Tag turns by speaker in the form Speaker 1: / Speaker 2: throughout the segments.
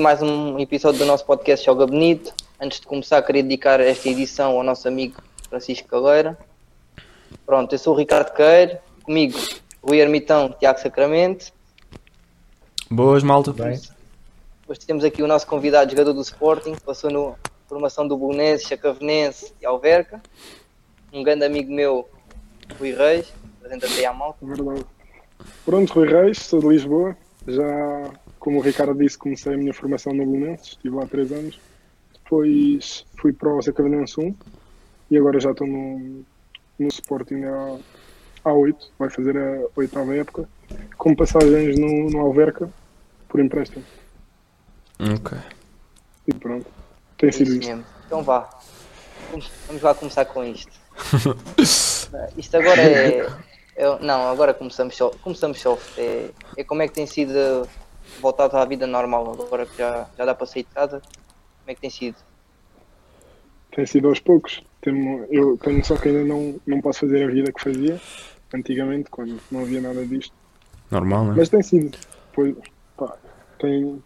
Speaker 1: mais um episódio do nosso podcast Joga Bonito. Antes de começar, queria dedicar esta edição ao nosso amigo Francisco Caleira. Pronto, eu sou o Ricardo Queiro, comigo Rui Ermitão, Tiago Sacramento.
Speaker 2: Boas, malta.
Speaker 1: Hoje temos aqui o nosso convidado, jogador do Sporting, que passou na formação do Bolonense, Chacavenense e Alverca. Um grande amigo meu, Rui Reis, apresenta-te aí à malta.
Speaker 3: É Verdade. Pronto, Rui Reis, sou de Lisboa. Já, como o Ricardo disse, comecei a minha formação no Bolonenses, estive lá há 3 anos. Depois fui para o Sacavenense 1 e agora já estou no, no Sporting há, há 8, vai fazer a oitava época, com passagens no, no Alverca, por empréstimo.
Speaker 2: Ok.
Speaker 3: E pronto, tem
Speaker 1: Isso
Speaker 3: sido isto.
Speaker 1: mesmo. Então vá. Vamos- Vamos lá começar com isto. Eh, isto agora é. é- não, agora começamos só. Começamos soft. É, é como é que tem sido eh, voltado à vida normal agora que já, já dá para sair de casa. Como é que tem sido?
Speaker 3: Tem sido aos poucos. Temo- eu tenho só que ainda não, não posso fazer a vida que fazia antigamente, quando não havia nada disto.
Speaker 2: Normal, né?
Speaker 3: Mas tem sido. Pois, pá, tem,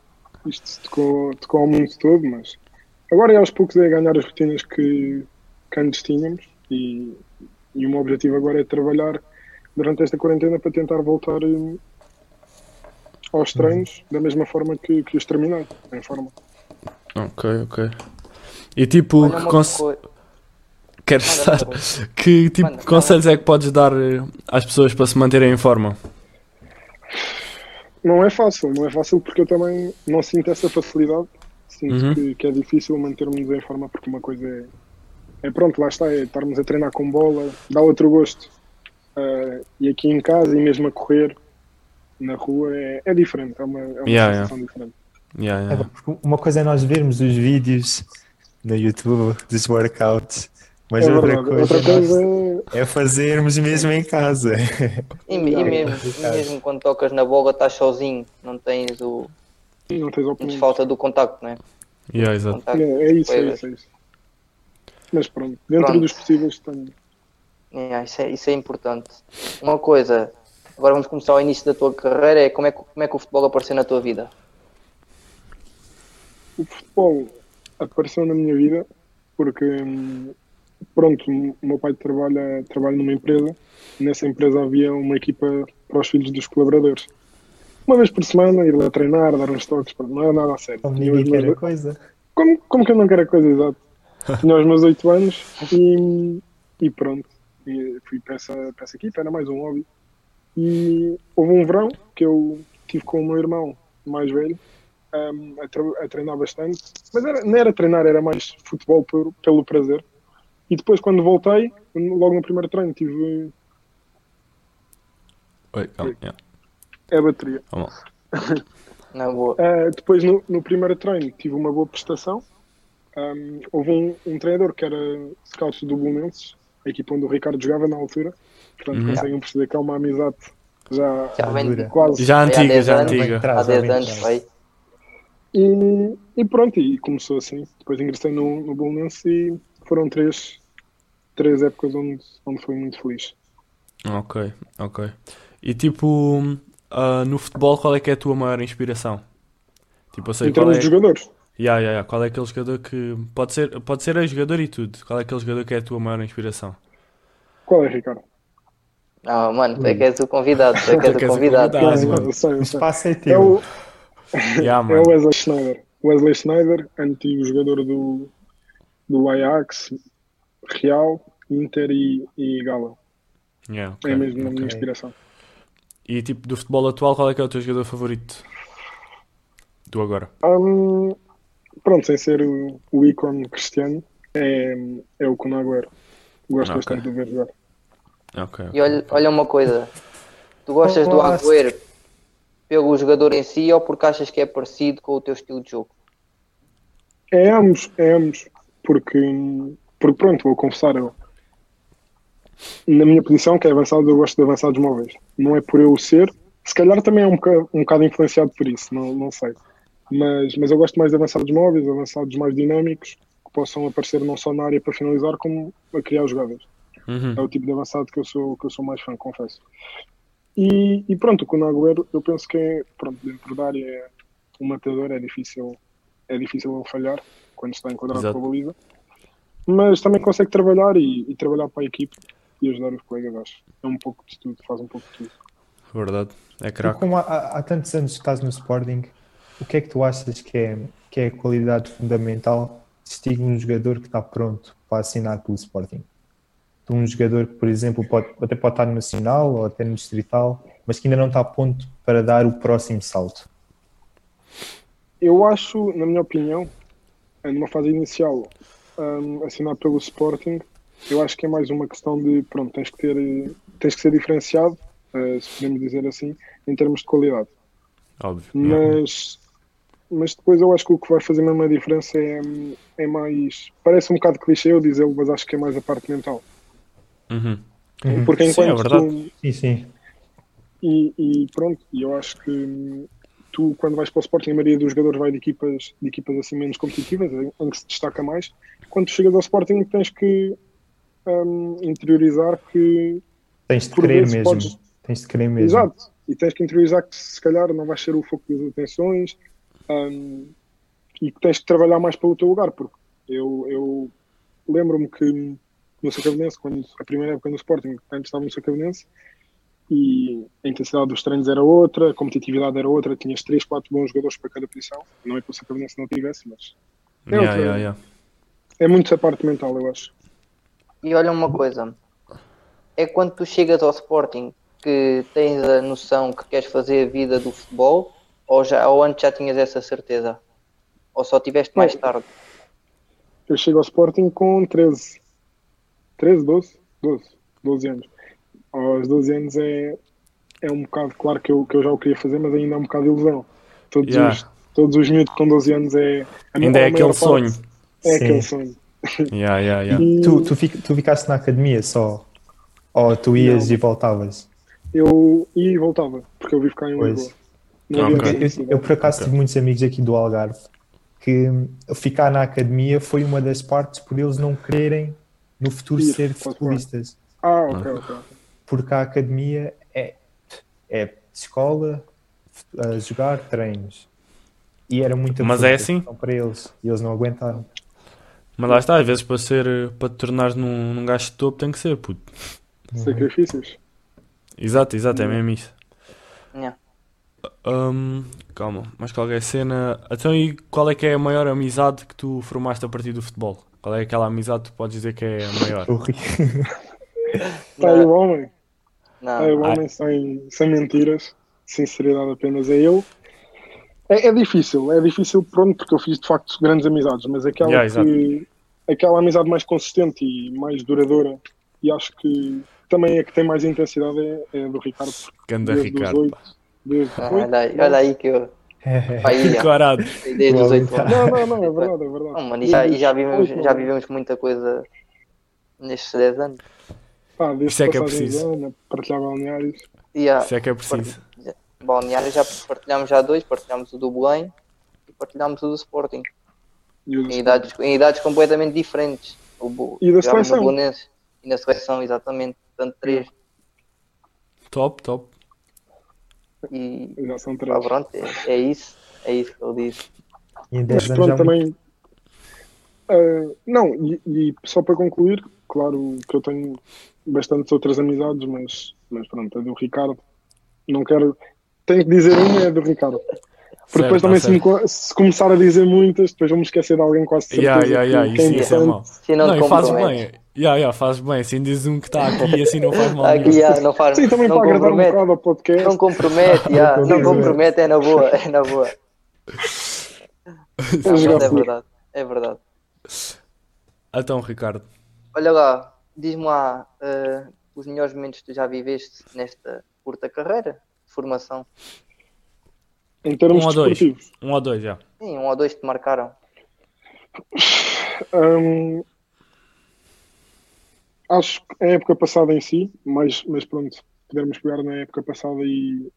Speaker 3: isto tocou, tocou ao mundo todo, mas agora é aos poucos é ganhar as rotinas que, que antes tínhamos e, e o meu objetivo agora é trabalhar durante esta quarentena para tentar voltar hum, aos treinos da mesma forma que, que os terminei, em forma.
Speaker 2: Ok, ok. E tipo,
Speaker 1: Olha
Speaker 2: que
Speaker 1: uma
Speaker 2: cons-
Speaker 1: coi-
Speaker 2: queres
Speaker 1: Manda,
Speaker 2: dar-
Speaker 1: por favor.
Speaker 2: que tipo
Speaker 1: Manda,
Speaker 2: de conselhos é que podes dar eh, às pessoas para se manterem em forma?
Speaker 3: Não é fácil, não é fácil porque eu também não sinto essa facilidade. Sinto
Speaker 2: Uhum.
Speaker 3: que, que é difícil manter-nos em forma porque uma coisa é, é pronto, lá está, é estarmos a treinar com bola, dá outro gosto. Ah, e aqui em casa e mesmo a correr na rua é, é diferente, é uma, é uma
Speaker 2: Yeah,
Speaker 3: sensação diferente.
Speaker 2: Yeah,
Speaker 4: É,
Speaker 2: yeah.
Speaker 4: porque uma coisa é nós vermos os vídeos no YouTube dos workouts, mas
Speaker 3: é
Speaker 4: outra,
Speaker 3: verdade.
Speaker 4: coisa,
Speaker 3: outra coisa É
Speaker 4: é fazermos mesmo em casa.
Speaker 1: E, me- e mesmo, e mesmo quando tocas na bola estás sozinho, não tens o.
Speaker 3: é não tens
Speaker 1: Sentes
Speaker 3: opinião.
Speaker 1: falta do contacto, não é?
Speaker 2: Yeah, exato.
Speaker 3: É,
Speaker 1: Contacto.
Speaker 3: é isso, é
Speaker 1: Pois.
Speaker 3: isso, é isso. Mas pronto, dentro
Speaker 1: Pronto.
Speaker 3: dos possíveis também.
Speaker 1: É, isso, é, isso é importante. Uma coisa, agora vamos começar ao início da tua carreira, é como é que, como é que o futebol apareceu na tua vida?
Speaker 3: O futebol apareceu na minha vida porque, hum, pronto, o meu pai trabalha, trabalha numa empresa. Nessa empresa havia uma equipa para os filhos dos colaboradores. Uma vez por semana, ir lá treinar, dar uns toques, pronto, não era nada a sério.
Speaker 4: Como
Speaker 3: Tinha os
Speaker 4: ninguém quer
Speaker 3: meus-
Speaker 4: a coisa.
Speaker 3: Como, como que eu não quero a coisa exato? Tinha os meus 8 anos e, e pronto. E fui para essa, para essa equipa, era mais um hobby. E houve um verão que eu tive com o meu irmão mais velho um, a, tre- a treinar bastante, mas era- não era treinar, era mais futebol por- pelo prazer. E depois, quando voltei, logo no primeiro treino, tive
Speaker 2: Oi, calma, yeah.
Speaker 3: é a bateria.
Speaker 2: Calma.
Speaker 1: Na boa.
Speaker 3: Uh, depois, no, no primeiro treino, tive uma boa prestação. Um, houve um, um treinador que era scout do Bolonenses, a equipa onde o Ricardo jogava na altura. Portanto,
Speaker 2: Uhum.
Speaker 3: conseguem perceber que há uma amizade já,
Speaker 1: Já vem de-
Speaker 3: quase.
Speaker 2: Já
Speaker 1: há
Speaker 2: antiga,
Speaker 1: 10
Speaker 2: já
Speaker 1: anos,
Speaker 2: antiga.
Speaker 4: vai
Speaker 1: há 10 anos,
Speaker 4: Atrás,
Speaker 1: vai.
Speaker 3: E, e pronto, e começou assim. Depois ingressei no, no Bolonense e foram três, três épocas onde, onde fui muito feliz.
Speaker 2: Ok, ok. E tipo, ah, no futebol, qual é que é a tua maior inspiração? Tipo, eu sei
Speaker 3: Em
Speaker 2: qual
Speaker 3: termos
Speaker 2: é.
Speaker 3: de jogadores,
Speaker 2: Yeah, yeah, yeah. Qual é aquele jogador que. Pode ser, pode ser a jogador e tudo. Qual é aquele jogador que é a tua maior inspiração?
Speaker 3: qual é, Ricardo?
Speaker 1: Não, mano, tu é que és o convidado, tu é que és
Speaker 2: Tu é que
Speaker 1: o
Speaker 2: és o
Speaker 1: convidado.
Speaker 2: convidado. Ah,
Speaker 3: Eu
Speaker 2: mano.
Speaker 3: sei, eu
Speaker 4: O
Speaker 3: sei.
Speaker 4: espaço é
Speaker 3: É
Speaker 4: teu.
Speaker 3: o,
Speaker 2: Yeah,
Speaker 3: É o
Speaker 2: mano.
Speaker 3: Wesley Schneider. Wesley Schneider, antigo jogador do, do Ajax, Real, Inter e, e Gala.
Speaker 2: Yeah,
Speaker 3: é
Speaker 2: ok,
Speaker 3: mesmo a
Speaker 2: ok.
Speaker 3: minha inspiração.
Speaker 2: E tipo, do futebol atual, qual é que é o teu jogador favorito? Do agora.
Speaker 3: Hum, pronto, sem ser o, o ícone cristiano, é, é o Kun Agüero. Gosto
Speaker 2: Ok.
Speaker 3: bastante de ver jogar.
Speaker 2: Ok.
Speaker 1: E olha, olha uma coisa, tu gostas do
Speaker 4: Olá.
Speaker 1: Agüero pelo jogador em si ou porque achas que é parecido com o teu estilo de jogo?
Speaker 3: É ambos, é ambos. Porque, porque pronto, vou confessar, eu, na minha posição, que é avançado, eu gosto de avançados móveis. Não é por eu ser, se calhar também é um bocado, um bocado influenciado por isso, não, não sei. Mas, mas eu gosto mais de avançados móveis, avançados mais dinâmicos, que possam aparecer não só na área para finalizar, como a criar jogadas.
Speaker 2: Uhum.
Speaker 3: É o tipo de avançado que eu sou, que eu sou mais fã, confesso. E, e pronto, o Kun Agüero, eu penso que é, pronto, dentro da área é um matador, é difícil é difícil ele falhar quando está enquadrado
Speaker 2: Exato.
Speaker 3: com a baliza. Mas também consegue trabalhar e, e trabalhar para a equipe e ajudar os colegas, acho. É um pouco de tudo, faz um pouco de tudo.
Speaker 2: Verdade. É
Speaker 4: E
Speaker 2: craque.
Speaker 4: como há, há- há tantos anos que estás no Sporting, o que é que tu achas que é, que é a qualidade fundamental que distingue um jogador que está pronto para assinar com o Sporting? De um jogador que, por exemplo, pode, até pode estar no Nacional ou até no Distrital, mas que ainda não está pronto para dar o próximo salto.
Speaker 3: Eu acho, na minha opinião, eh, numa fase inicial, hum, assinar pelo Sporting, eu acho que é mais uma questão de, pronto, tens que, ter, eh, tens que ser diferenciado, eh, se podemos dizer assim, em termos de qualidade.
Speaker 2: Óbvio. Yeah.
Speaker 3: Mas, mas depois eu acho que o que vai fazer mesmo a diferença é, hum, é mais. Parece um bocado clichê eu dizê-lo, mas acho que é mais a parte mental.
Speaker 2: Uhum.
Speaker 3: Porque
Speaker 2: Sim, é
Speaker 3: enquanto
Speaker 2: verdade.
Speaker 3: tu,
Speaker 4: Sim, sim.
Speaker 3: e, e pronto, e eu acho que hum, tu, quando vais para o Sporting, a maioria dos jogadores vai de equipas, de equipas assim menos competitivas, em em que se destaca mais. Quando tu chegas ao Sporting, tens que hum, interiorizar que.
Speaker 4: Tens de
Speaker 3: Por
Speaker 4: querer
Speaker 3: vezes
Speaker 4: mesmo.
Speaker 3: podes-
Speaker 4: Tens de querer mesmo.
Speaker 3: Exato, e tens que interiorizar que se calhar não vais ser o foco das atenções hum, e que tens que trabalhar mais pelo teu lugar, porque eu, eu lembro-me que hum, no Sacavenense, quando a primeira época no Sporting, antes estava no Sacavenense, e a intensidade dos treinos era outra, a competitividade era outra, tinhas 3, 4 bons jogadores para cada posição. Não é que o Sacavenense não tivesse, mas É
Speaker 2: Yeah,
Speaker 3: outra-
Speaker 2: yeah, yeah.
Speaker 3: é muito a parte mental, eu acho.
Speaker 1: E olha uma coisa, é quando tu chegas ao Sporting que tens a noção que queres fazer a vida do futebol ou, já, ou antes já tinhas essa certeza? Ou só tiveste mais
Speaker 3: Não.
Speaker 1: tarde?
Speaker 3: Eu chego ao Sporting com 13. 13, 12? 12. 12 anos. Aos 12 anos é, é um bocado, claro que eu, que eu já o queria fazer, mas ainda é um bocado de ilusão. Todos,
Speaker 2: Yeah.
Speaker 3: os, todos os miúdos com 12 anos é.
Speaker 2: Ainda
Speaker 3: a maior-
Speaker 2: é
Speaker 3: a maior
Speaker 2: aquele
Speaker 3: parte
Speaker 2: sonho.
Speaker 3: É
Speaker 4: Sim.
Speaker 3: aquele sonho.
Speaker 2: Yeah, yeah, yeah.
Speaker 3: E
Speaker 4: Tu, tu, fica- tu ficaste na academia só? Ou tu ias e voltavas?
Speaker 3: eu ia e voltava, porque eu vivo cá em
Speaker 4: Pois.
Speaker 3: Lisboa. Não havia
Speaker 2: Ok.
Speaker 3: essa
Speaker 4: Eu,
Speaker 3: necessidade.
Speaker 4: eu, por acaso
Speaker 2: Ok.
Speaker 4: tive muitos amigos aqui do Algarve que hum, ficar na academia foi uma das partes por eles não quererem no futuro
Speaker 3: Isso,
Speaker 4: ser
Speaker 3: pode falar.
Speaker 4: futebolistas,
Speaker 3: Ah, ok, ok.
Speaker 4: porque a academia é, é escola, fu- a jogar treinos. E era muita
Speaker 2: Mas
Speaker 4: frustração
Speaker 2: é assim?
Speaker 4: para eles e eles não aguentaram.
Speaker 2: Mas lá está, às vezes para ser, eh, para te tornares num, num gajo de topo tem que ser, puto.
Speaker 3: Sacrifícios.
Speaker 2: Exato, exato,
Speaker 3: Hum.
Speaker 2: é mesmo isso.
Speaker 1: Yeah.
Speaker 2: Hum, calma, mas qualquer cena. Então, e qual é que é a maior amizade que tu formaste a partir do futebol? Qual é aquela amizade que tu podes dizer que é a maior?
Speaker 4: Eu ri.
Speaker 1: Tá.
Speaker 3: Está Tá aí o homem.
Speaker 1: Não,
Speaker 3: É, o
Speaker 2: Ah.
Speaker 3: homem sem, sem mentiras, sinceridade apenas é eu. É, é difícil, é difícil, pronto, porque eu fiz de facto grandes amizades, mas aquela
Speaker 2: Yeah,
Speaker 3: que, aquela amizade mais consistente e mais duradoura, e acho que também é que tem mais intensidade, é, é a do Ricardo. porque
Speaker 2: Ganda
Speaker 3: desde os
Speaker 2: Ricardo.
Speaker 3: oito- desde
Speaker 1: Ah,
Speaker 3: oito-
Speaker 1: olha, aí, olha aí que eu. Pai,
Speaker 2: Que
Speaker 1: já,
Speaker 2: Caralho.
Speaker 1: desde os 8 anos.
Speaker 3: Não, não, não, é verdade, é verdade.
Speaker 1: Não, mano, e já, e já, vivemos,
Speaker 3: Oito,
Speaker 1: já vivemos muita coisa nestes 10 anos.
Speaker 3: pá, desde
Speaker 2: Isso é que é
Speaker 3: passagem de
Speaker 2: preciso.
Speaker 3: ano, partilhar balneários.
Speaker 1: Yeah.
Speaker 2: Isso é que é preciso.
Speaker 1: ah, Balneário já partilhámos já dois, partilhámos o do Belém e partilhámos o do Sporting.
Speaker 3: E o-
Speaker 1: Em idades, em idades completamente diferentes. O Bo-
Speaker 3: E da
Speaker 1: jogávamos no
Speaker 3: seleção.
Speaker 1: Bolonenses e na seleção, exatamente. Portanto, três.
Speaker 2: Top, top.
Speaker 1: E
Speaker 3: Já são três.
Speaker 1: pá, pronto, é, é isso. É isso que eu disse.
Speaker 4: E em
Speaker 3: Mas
Speaker 4: 10 anos já
Speaker 3: pronto,
Speaker 4: é muito-
Speaker 3: também. Ah, não, e, e só para concluir, claro que eu tenho bastantes outras amizades, mas, mas pronto, a do Ricardo. Não quero. Tenho que dizer uma, é a do Ricardo. Porque
Speaker 2: Certo,
Speaker 3: depois também,
Speaker 2: tá
Speaker 3: se, me
Speaker 2: certo.
Speaker 3: co- se começar a dizer muitas, depois vou-me esquecer de alguém quase de certeza.
Speaker 2: Yeah, yeah, yeah,
Speaker 1: um
Speaker 3: que- que
Speaker 2: isso, isso é
Speaker 3: interessante.
Speaker 2: mau.
Speaker 1: Se não,
Speaker 2: Não,
Speaker 1: te
Speaker 2: e fazes
Speaker 1: comprometes.
Speaker 2: bem. Yeah, yeah, fazes bem. Assim diz um que está aqui e assim não faz mal
Speaker 1: Tá aqui,
Speaker 2: nenhum.
Speaker 1: já, não faz
Speaker 3: Sim, também
Speaker 1: não
Speaker 3: para agradar um
Speaker 1: compromete.
Speaker 3: bocado ao podcast.
Speaker 1: Não compromete, já, não
Speaker 4: Não compromete.
Speaker 1: compromete, é na boa, é na boa. Tá,
Speaker 3: Vou jogar
Speaker 1: pronto, é
Speaker 3: fora.
Speaker 1: verdade, é verdade. é.
Speaker 2: Então, Ricardo.
Speaker 1: Olha lá, diz-me lá eh, os melhores momentos que tu já viveste nesta curta carreira de formação.
Speaker 3: Em termos
Speaker 2: Um ou dois?
Speaker 3: desportivos.
Speaker 2: Um ou dois, já.
Speaker 1: Sim, um ou dois que te marcaram.
Speaker 3: Hum, acho que é a época passada em si, mas, mas pronto, pudermos pegar na época passada e,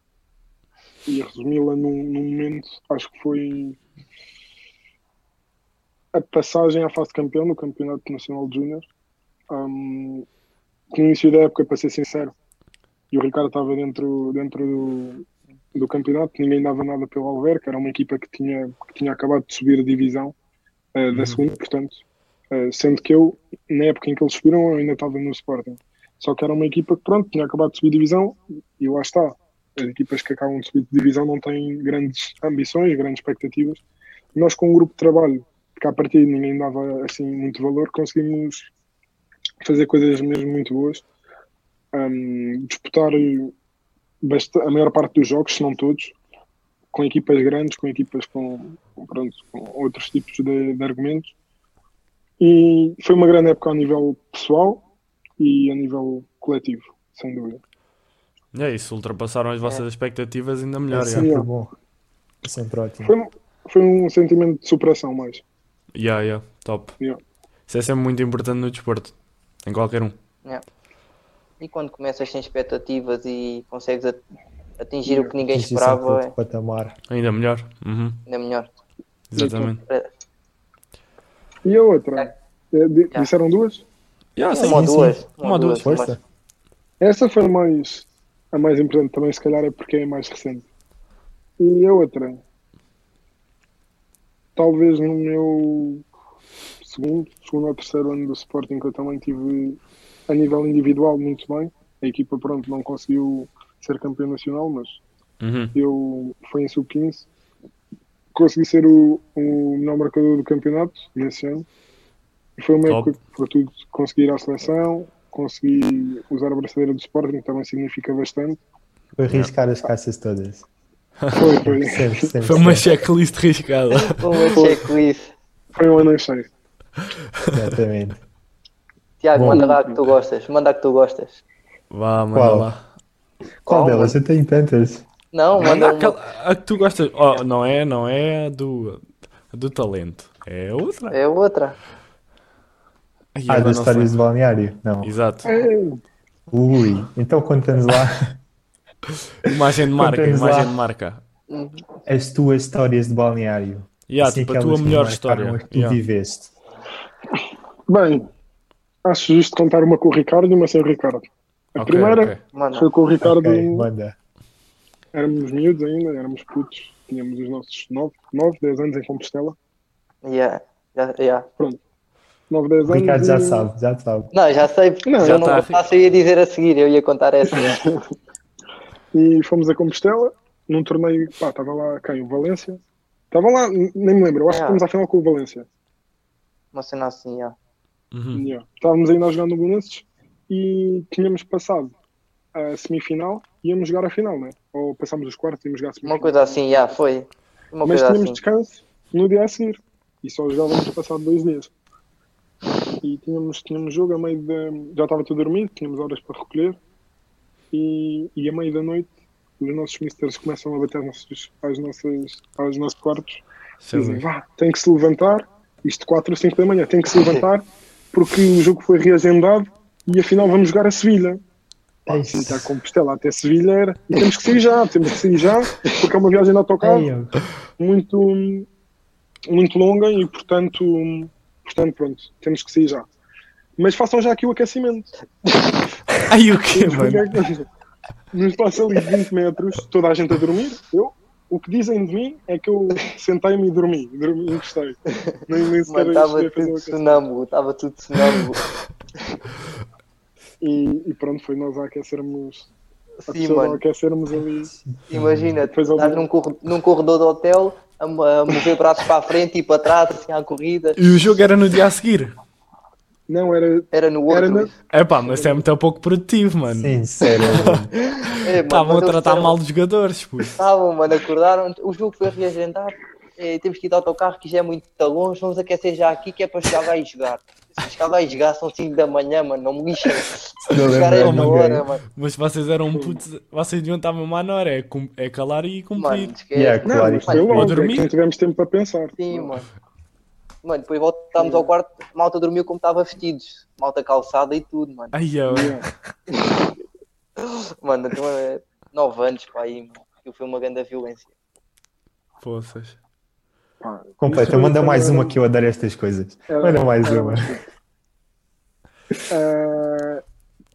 Speaker 3: e resumi-la num, num momento, acho que foi a passagem à fase de campeão no Campeonato Nacional de Júnior. Hum, no início da época, para ser sincero, e o Ricardo estava dentro, dentro do, do campeonato, ninguém dava nada pelo Alverca, era uma equipa que tinha, que tinha acabado de subir a divisão eh, da segunda, portanto, eh, sendo que eu, na época em que eles subiram, eu ainda estava no Sporting. Só que era uma equipa que, pronto, tinha acabado de subir divisão e lá está. As equipas que acabam de subir de divisão não têm grandes ambições, grandes expectativas. Nós, com um grupo de trabalho, que à partida ninguém dava assim muito valor, conseguimos fazer coisas mesmo muito boas. Ahm, disputar basta- a maior parte dos jogos, se não todos, com equipas grandes, com equipas com, com, pronto, com outros tipos de, de argumentos. E foi uma grande época ao nível pessoal e a nível coletivo, sem dúvida.
Speaker 2: É isso, ultrapassaram as vossas expectativas ainda
Speaker 4: É
Speaker 2: melhor. já.
Speaker 4: sempre bom. É sempre ótimo.
Speaker 3: Foi, um- foi um sentimento de superação mais.
Speaker 2: Yeah, yeah, top.
Speaker 3: Yeah.
Speaker 2: Isso é sempre muito importante no desporto. Em qualquer um.
Speaker 1: né? E quando começas sem expectativas e consegues at- atingir o que ninguém
Speaker 4: Atingir é sempre
Speaker 1: esperava,
Speaker 3: é.
Speaker 1: é
Speaker 4: outro patamar.
Speaker 2: Ainda melhor. Uhum,
Speaker 1: ainda melhor.
Speaker 2: Exatamente.
Speaker 3: E a outra? Eh, di- Disseram duas?
Speaker 2: Yeah, Ah, sim,
Speaker 1: Uma ou
Speaker 4: sim.
Speaker 1: duas.
Speaker 2: Uma ou duas,
Speaker 1: mas-
Speaker 4: Força.
Speaker 3: Essa foi mais a mais importante também, se calhar é porque é a mais recente. E a outra, talvez no meu segundo, segundo ou terceiro ano do Sporting, que eu também tive a nível individual muito bem. A equipa, pronto, não conseguiu ser campeão nacional, mas
Speaker 2: Uhum.
Speaker 3: eu fui em sub-15, consegui ser o, o melhor marcador do campeonato nesse ano. E foi uma
Speaker 2: Top.
Speaker 3: época que, sobretudo, consegui ir à seleção, consegui usar a braçadeira do Sporting, que também significa bastante.
Speaker 4: Foi arriscar as caças todas.
Speaker 3: Foi, foi,
Speaker 4: Sempre, sempre.
Speaker 2: Foi uma
Speaker 4: sempre.
Speaker 2: checklist riscada.
Speaker 1: Vou checo isso.
Speaker 3: foi um ano em cheio.
Speaker 4: Exatamente.
Speaker 1: Tiago,
Speaker 4: Bom.
Speaker 1: manda lá que tu gostas. Manda que tu gostas.
Speaker 2: Vá, manda
Speaker 4: Qual?
Speaker 2: lá.
Speaker 4: Qual
Speaker 1: Qual?
Speaker 4: delas?
Speaker 3: é?
Speaker 4: Eu tenho tantas.
Speaker 1: Não, manda uma.
Speaker 2: Aquela, a que tu gostas. Oh, não é, não é a do, a do talento. É outra.
Speaker 1: É outra.
Speaker 2: Ai,
Speaker 4: Ah,
Speaker 2: agora
Speaker 4: das
Speaker 2: não
Speaker 4: histórias de
Speaker 2: sei.
Speaker 4: balneário? Não.
Speaker 2: Exato.
Speaker 3: É,
Speaker 4: Ui, então conta-nos lá
Speaker 2: Imagem de marca,
Speaker 4: Contamos lá.
Speaker 2: imagem de marca.
Speaker 4: as tuas histórias de balneário.
Speaker 2: Yeah,
Speaker 4: Assim,
Speaker 2: tipo, a tua
Speaker 4: aquelas que
Speaker 2: melhor
Speaker 4: marcaram
Speaker 2: história.
Speaker 4: a que tu
Speaker 2: Yeah.
Speaker 4: viveste.
Speaker 3: Bem, acho justo contar uma com o Ricardo e uma sem o Ricardo. A
Speaker 2: Ok,
Speaker 3: primeira
Speaker 2: ok.
Speaker 1: Manda.
Speaker 3: foi com o Ricardo,
Speaker 4: Ok, manda.
Speaker 3: éramos miúdos ainda, éramos putos, tínhamos os nossos 9, 10 anos em Compostela.
Speaker 1: Yeah. Já, já.
Speaker 3: 9, 10
Speaker 4: O
Speaker 3: anos.
Speaker 4: Ricardo já
Speaker 3: e-
Speaker 4: sabe, já sabe.
Speaker 1: Não, já sei, porque
Speaker 3: Não,
Speaker 1: se
Speaker 2: já
Speaker 1: eu não
Speaker 2: tá.
Speaker 1: faço, eu ia dizer a seguir, eu ia contar essa.
Speaker 3: e fomos a Compostela num torneio, pá, estava lá quem? O Valência? Estava lá, n- nem me lembro, eu acho que
Speaker 1: Ah.
Speaker 3: fomos à final com o Valência.
Speaker 1: Uma cena assim, já.
Speaker 2: Uhum.
Speaker 3: Yeah. Estávamos ainda a jogar no Belenenses e tínhamos passado a semifinal e íamos jogar a final, né? Ou passámos os quartos e íamos jogar a
Speaker 1: Uma
Speaker 3: semifinal.
Speaker 1: coisa assim, já, foi. Uma
Speaker 3: Mas
Speaker 1: coisa
Speaker 3: tínhamos
Speaker 1: assim.
Speaker 3: descanso no dia a seguir e só jogávamos passado dois dias. E tínhamos, tínhamos jogo a meio da. Já estava tudo dormido, tínhamos horas para recolher e, e a meio da noite os nossos misters começam a bater às nossas, às nossas, aos nossos quartos
Speaker 2: Sei
Speaker 3: Dizem,
Speaker 2: lá.
Speaker 3: vá, tem que se levantar, isto 4 ou 5 da manhã, tem que se levantar, porque o jogo foi reagendado e afinal vamos jogar a Sevilha. Pá,
Speaker 4: Eish.
Speaker 3: assim, está com Compostela até Sevilha era. E temos que sair já, temos que sair já, porque é uma viagem de
Speaker 4: Ai,
Speaker 3: autocarro
Speaker 4: eu-
Speaker 3: muito, hum, muito longa e portanto, hum, portanto, pronto, temos que sair já. Mas façam já aqui o aquecimento.
Speaker 2: Ai, o quê, mano?
Speaker 3: Num espaço ali de 20 metros, toda a gente a dormir, eu. O que dizem de mim é que eu sentei-me e dormi, dormi, encostei. Nem, nem sequer
Speaker 1: Mano, estava
Speaker 3: cheguei a fazer o
Speaker 1: tudo
Speaker 3: aquecimento.
Speaker 1: sonâmbulo, estava tudo sonâmbulo.
Speaker 3: E, e pronto, foi nós a aquecermos, a
Speaker 1: Sim,
Speaker 3: pessoa a
Speaker 1: mano.
Speaker 3: aquecermos ali.
Speaker 1: Imagina,
Speaker 3: Depois
Speaker 1: estás
Speaker 3: alguém-
Speaker 1: num, corre- num corredor do hotel, a, mo- a mover braços para a frente e para trás, assim, à corrida.
Speaker 2: E o jogo era no dia a seguir.
Speaker 3: Não, era.
Speaker 1: Era no outro.
Speaker 3: Era na-
Speaker 1: isso.
Speaker 2: É pá, mas é muito pouco produtivo, mano.
Speaker 4: Sincero, mano.
Speaker 1: É, mano,
Speaker 2: Estavam
Speaker 1: mas Tá.
Speaker 2: a
Speaker 1: eles
Speaker 2: tratar
Speaker 1: disseram-
Speaker 2: mal dos jogadores, puto.
Speaker 1: Estavam, mano, acordaram. O jogo foi reagendado. eh, temos que ir de autocarro, que já é muito tá longe. Vamos aquecer já aqui, que é para chegar lá e jogar. Se chegar lá e jogar, são 5 da manhã, mano. Não me lixem.
Speaker 4: não
Speaker 1: Jogar é
Speaker 4: lembro
Speaker 1: uma
Speaker 4: ninguém.
Speaker 1: hora, mano.
Speaker 2: Mas vocês eram putos, vocês deviam estar mesmo à hora, é, cum- é calar e cumprir.
Speaker 1: Mano, esquece.
Speaker 4: Yeah,
Speaker 3: Não,
Speaker 4: claro.
Speaker 3: mas foi
Speaker 1: Ou
Speaker 3: longe, é
Speaker 2: dormir.
Speaker 3: que não tivemos tempo para pensar.
Speaker 1: Sim, mano. Mano, depois voltámos ao quarto. Malta dormiu como estava vestidos. Malta calçada e tudo, mano.
Speaker 2: Ai, eu,
Speaker 1: Mano, 9 anos para aí, mano. Aquilo foi uma grande violência.
Speaker 2: poças.
Speaker 3: Pá,
Speaker 4: Completa,
Speaker 3: isso é
Speaker 4: manda
Speaker 3: também
Speaker 4: mais
Speaker 3: era-
Speaker 4: uma que eu adoro estas coisas.
Speaker 3: era-
Speaker 4: Manda mais
Speaker 3: era
Speaker 4: uma.
Speaker 3: É, Ah,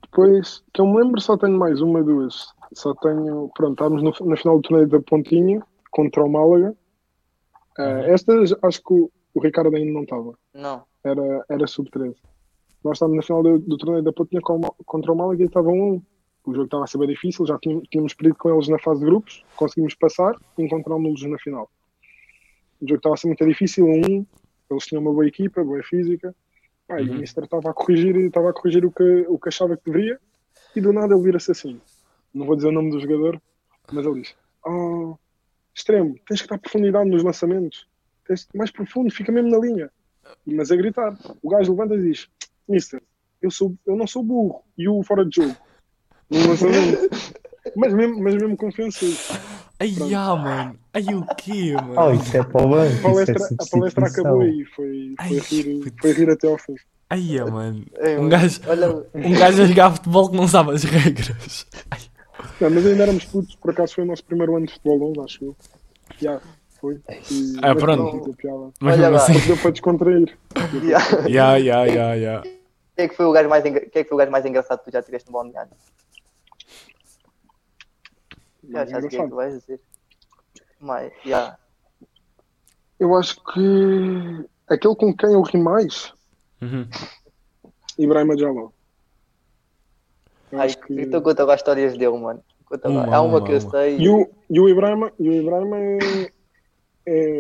Speaker 3: depois, que eu me lembro, só tenho mais uma, duas. Só tenho. Pronto, estávamos no, na final do torneio da Pontinha contra o Málaga.
Speaker 4: Uhum.
Speaker 3: Ah, estas acho que o, o Ricardo ainda não estava.
Speaker 1: Não.
Speaker 3: Era, era sub-13. Nós estávamos na final do, do torneio da Pontinha com o Má- contra o Málaga e estava um. a um. O jogo estava a ser bem difícil, já tínhamos, tínhamos perdido com eles na fase de grupos, conseguimos passar e encontramos-nos na final. O jogo estava a ser muito difícil, um, a um, eles tinham uma boa equipa, boa física. Pá, E o
Speaker 2: Uhum.
Speaker 3: Mister estava a corrigir, estava a corrigir o, que, o que achava que deveria e do nada ele vira-se assim. Não vou dizer o nome do jogador, mas ele diz: Oh, extremo, tens que dar profundidade nos lançamentos. Tens mais profundo, fica mesmo na linha. Mas a gritar, o gajo levanta e diz: Mister, eu, sou, eu não sou burro e o fora de jogo. No lançamento. mas, mesmo, mas mesmo confiançudo.
Speaker 2: Ai, ah, mano. Ai, o quê, mano?
Speaker 4: Oh, isso é para o banco,
Speaker 3: A palestra, a
Speaker 4: isso é
Speaker 3: palestra
Speaker 4: substituição.
Speaker 3: acabou e foi,
Speaker 2: Ai,
Speaker 3: foi, rir,
Speaker 2: putz.
Speaker 3: foi rir até ao fim.
Speaker 2: Ai, ah, mano.
Speaker 1: Ei,
Speaker 2: Um
Speaker 1: mano,
Speaker 2: gajo,
Speaker 1: Olha,
Speaker 2: um gajo a jogar futebol que não sabe as regras. Ai,
Speaker 3: Não, mas ainda éramos putos, por acaso foi o nosso primeiro ano de futebol 11, acho eu. Já, foi.
Speaker 4: É
Speaker 3: E-
Speaker 2: Ah,
Speaker 3: mas
Speaker 2: pronto.
Speaker 3: não, não piada.
Speaker 2: mas
Speaker 1: Olha
Speaker 2: mesmo
Speaker 1: lá.
Speaker 2: assim.
Speaker 3: Deu para descontrair.
Speaker 2: Ya, ya, ya, ya.
Speaker 1: quem é que foi o gajo mais, engra... quem é que foi o gajo mais engraçado que tu já tiveste no balneário? Já,
Speaker 3: Mas é
Speaker 1: já sei o que é que tu
Speaker 3: engraçado.
Speaker 1: vais dizer. Mas, já.
Speaker 3: Eu acho que aquele com quem eu ri mais,
Speaker 2: Uhum.
Speaker 3: Ibrahim Jalal. Eu
Speaker 1: Ai,
Speaker 3: acho que-
Speaker 1: então conta lá as histórias dele, mano. Conta lá.
Speaker 2: Uma,
Speaker 1: Há uma,
Speaker 2: uma,
Speaker 1: que eu
Speaker 2: uma.
Speaker 1: sei.
Speaker 3: E o, e o Ibrahim, e o Ibrahim é,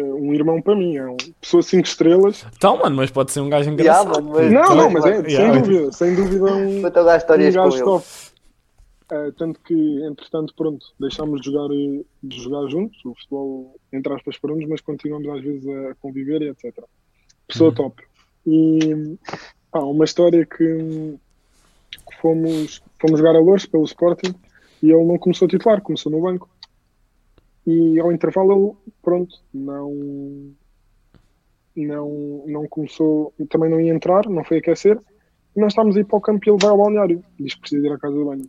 Speaker 3: é um irmão para mim, é uma pessoa 5 estrelas.
Speaker 2: Então, mano, mas pode ser um gajo
Speaker 1: Já,
Speaker 2: engraçado.
Speaker 1: mano, mas-
Speaker 3: Não, não, mas é,
Speaker 1: Conta
Speaker 2: Yeah.
Speaker 3: sem dúvida, sem dúvida é um,
Speaker 1: lá as
Speaker 3: um
Speaker 1: histórias com
Speaker 3: gajo
Speaker 1: ele.
Speaker 3: top. Ah, tanto que, entretanto, pronto, deixámos de jogar, eh, de jogar juntos, o futebol, entre aspas, para uns, mas continuamos às vezes a conviver e etc. Pessoa
Speaker 2: Uhum.
Speaker 3: top. E pá, uma história que, que fomos, fomos jogar a Lourdes pelo Sporting e ele não começou a titular, começou no banco. E ao intervalo ele, pronto, não, não, não começou, também não ia entrar, não foi aquecer. E nós estávamos a ir para o campo e ele vai ao balneário. Diz que precisa ir à casa do banho.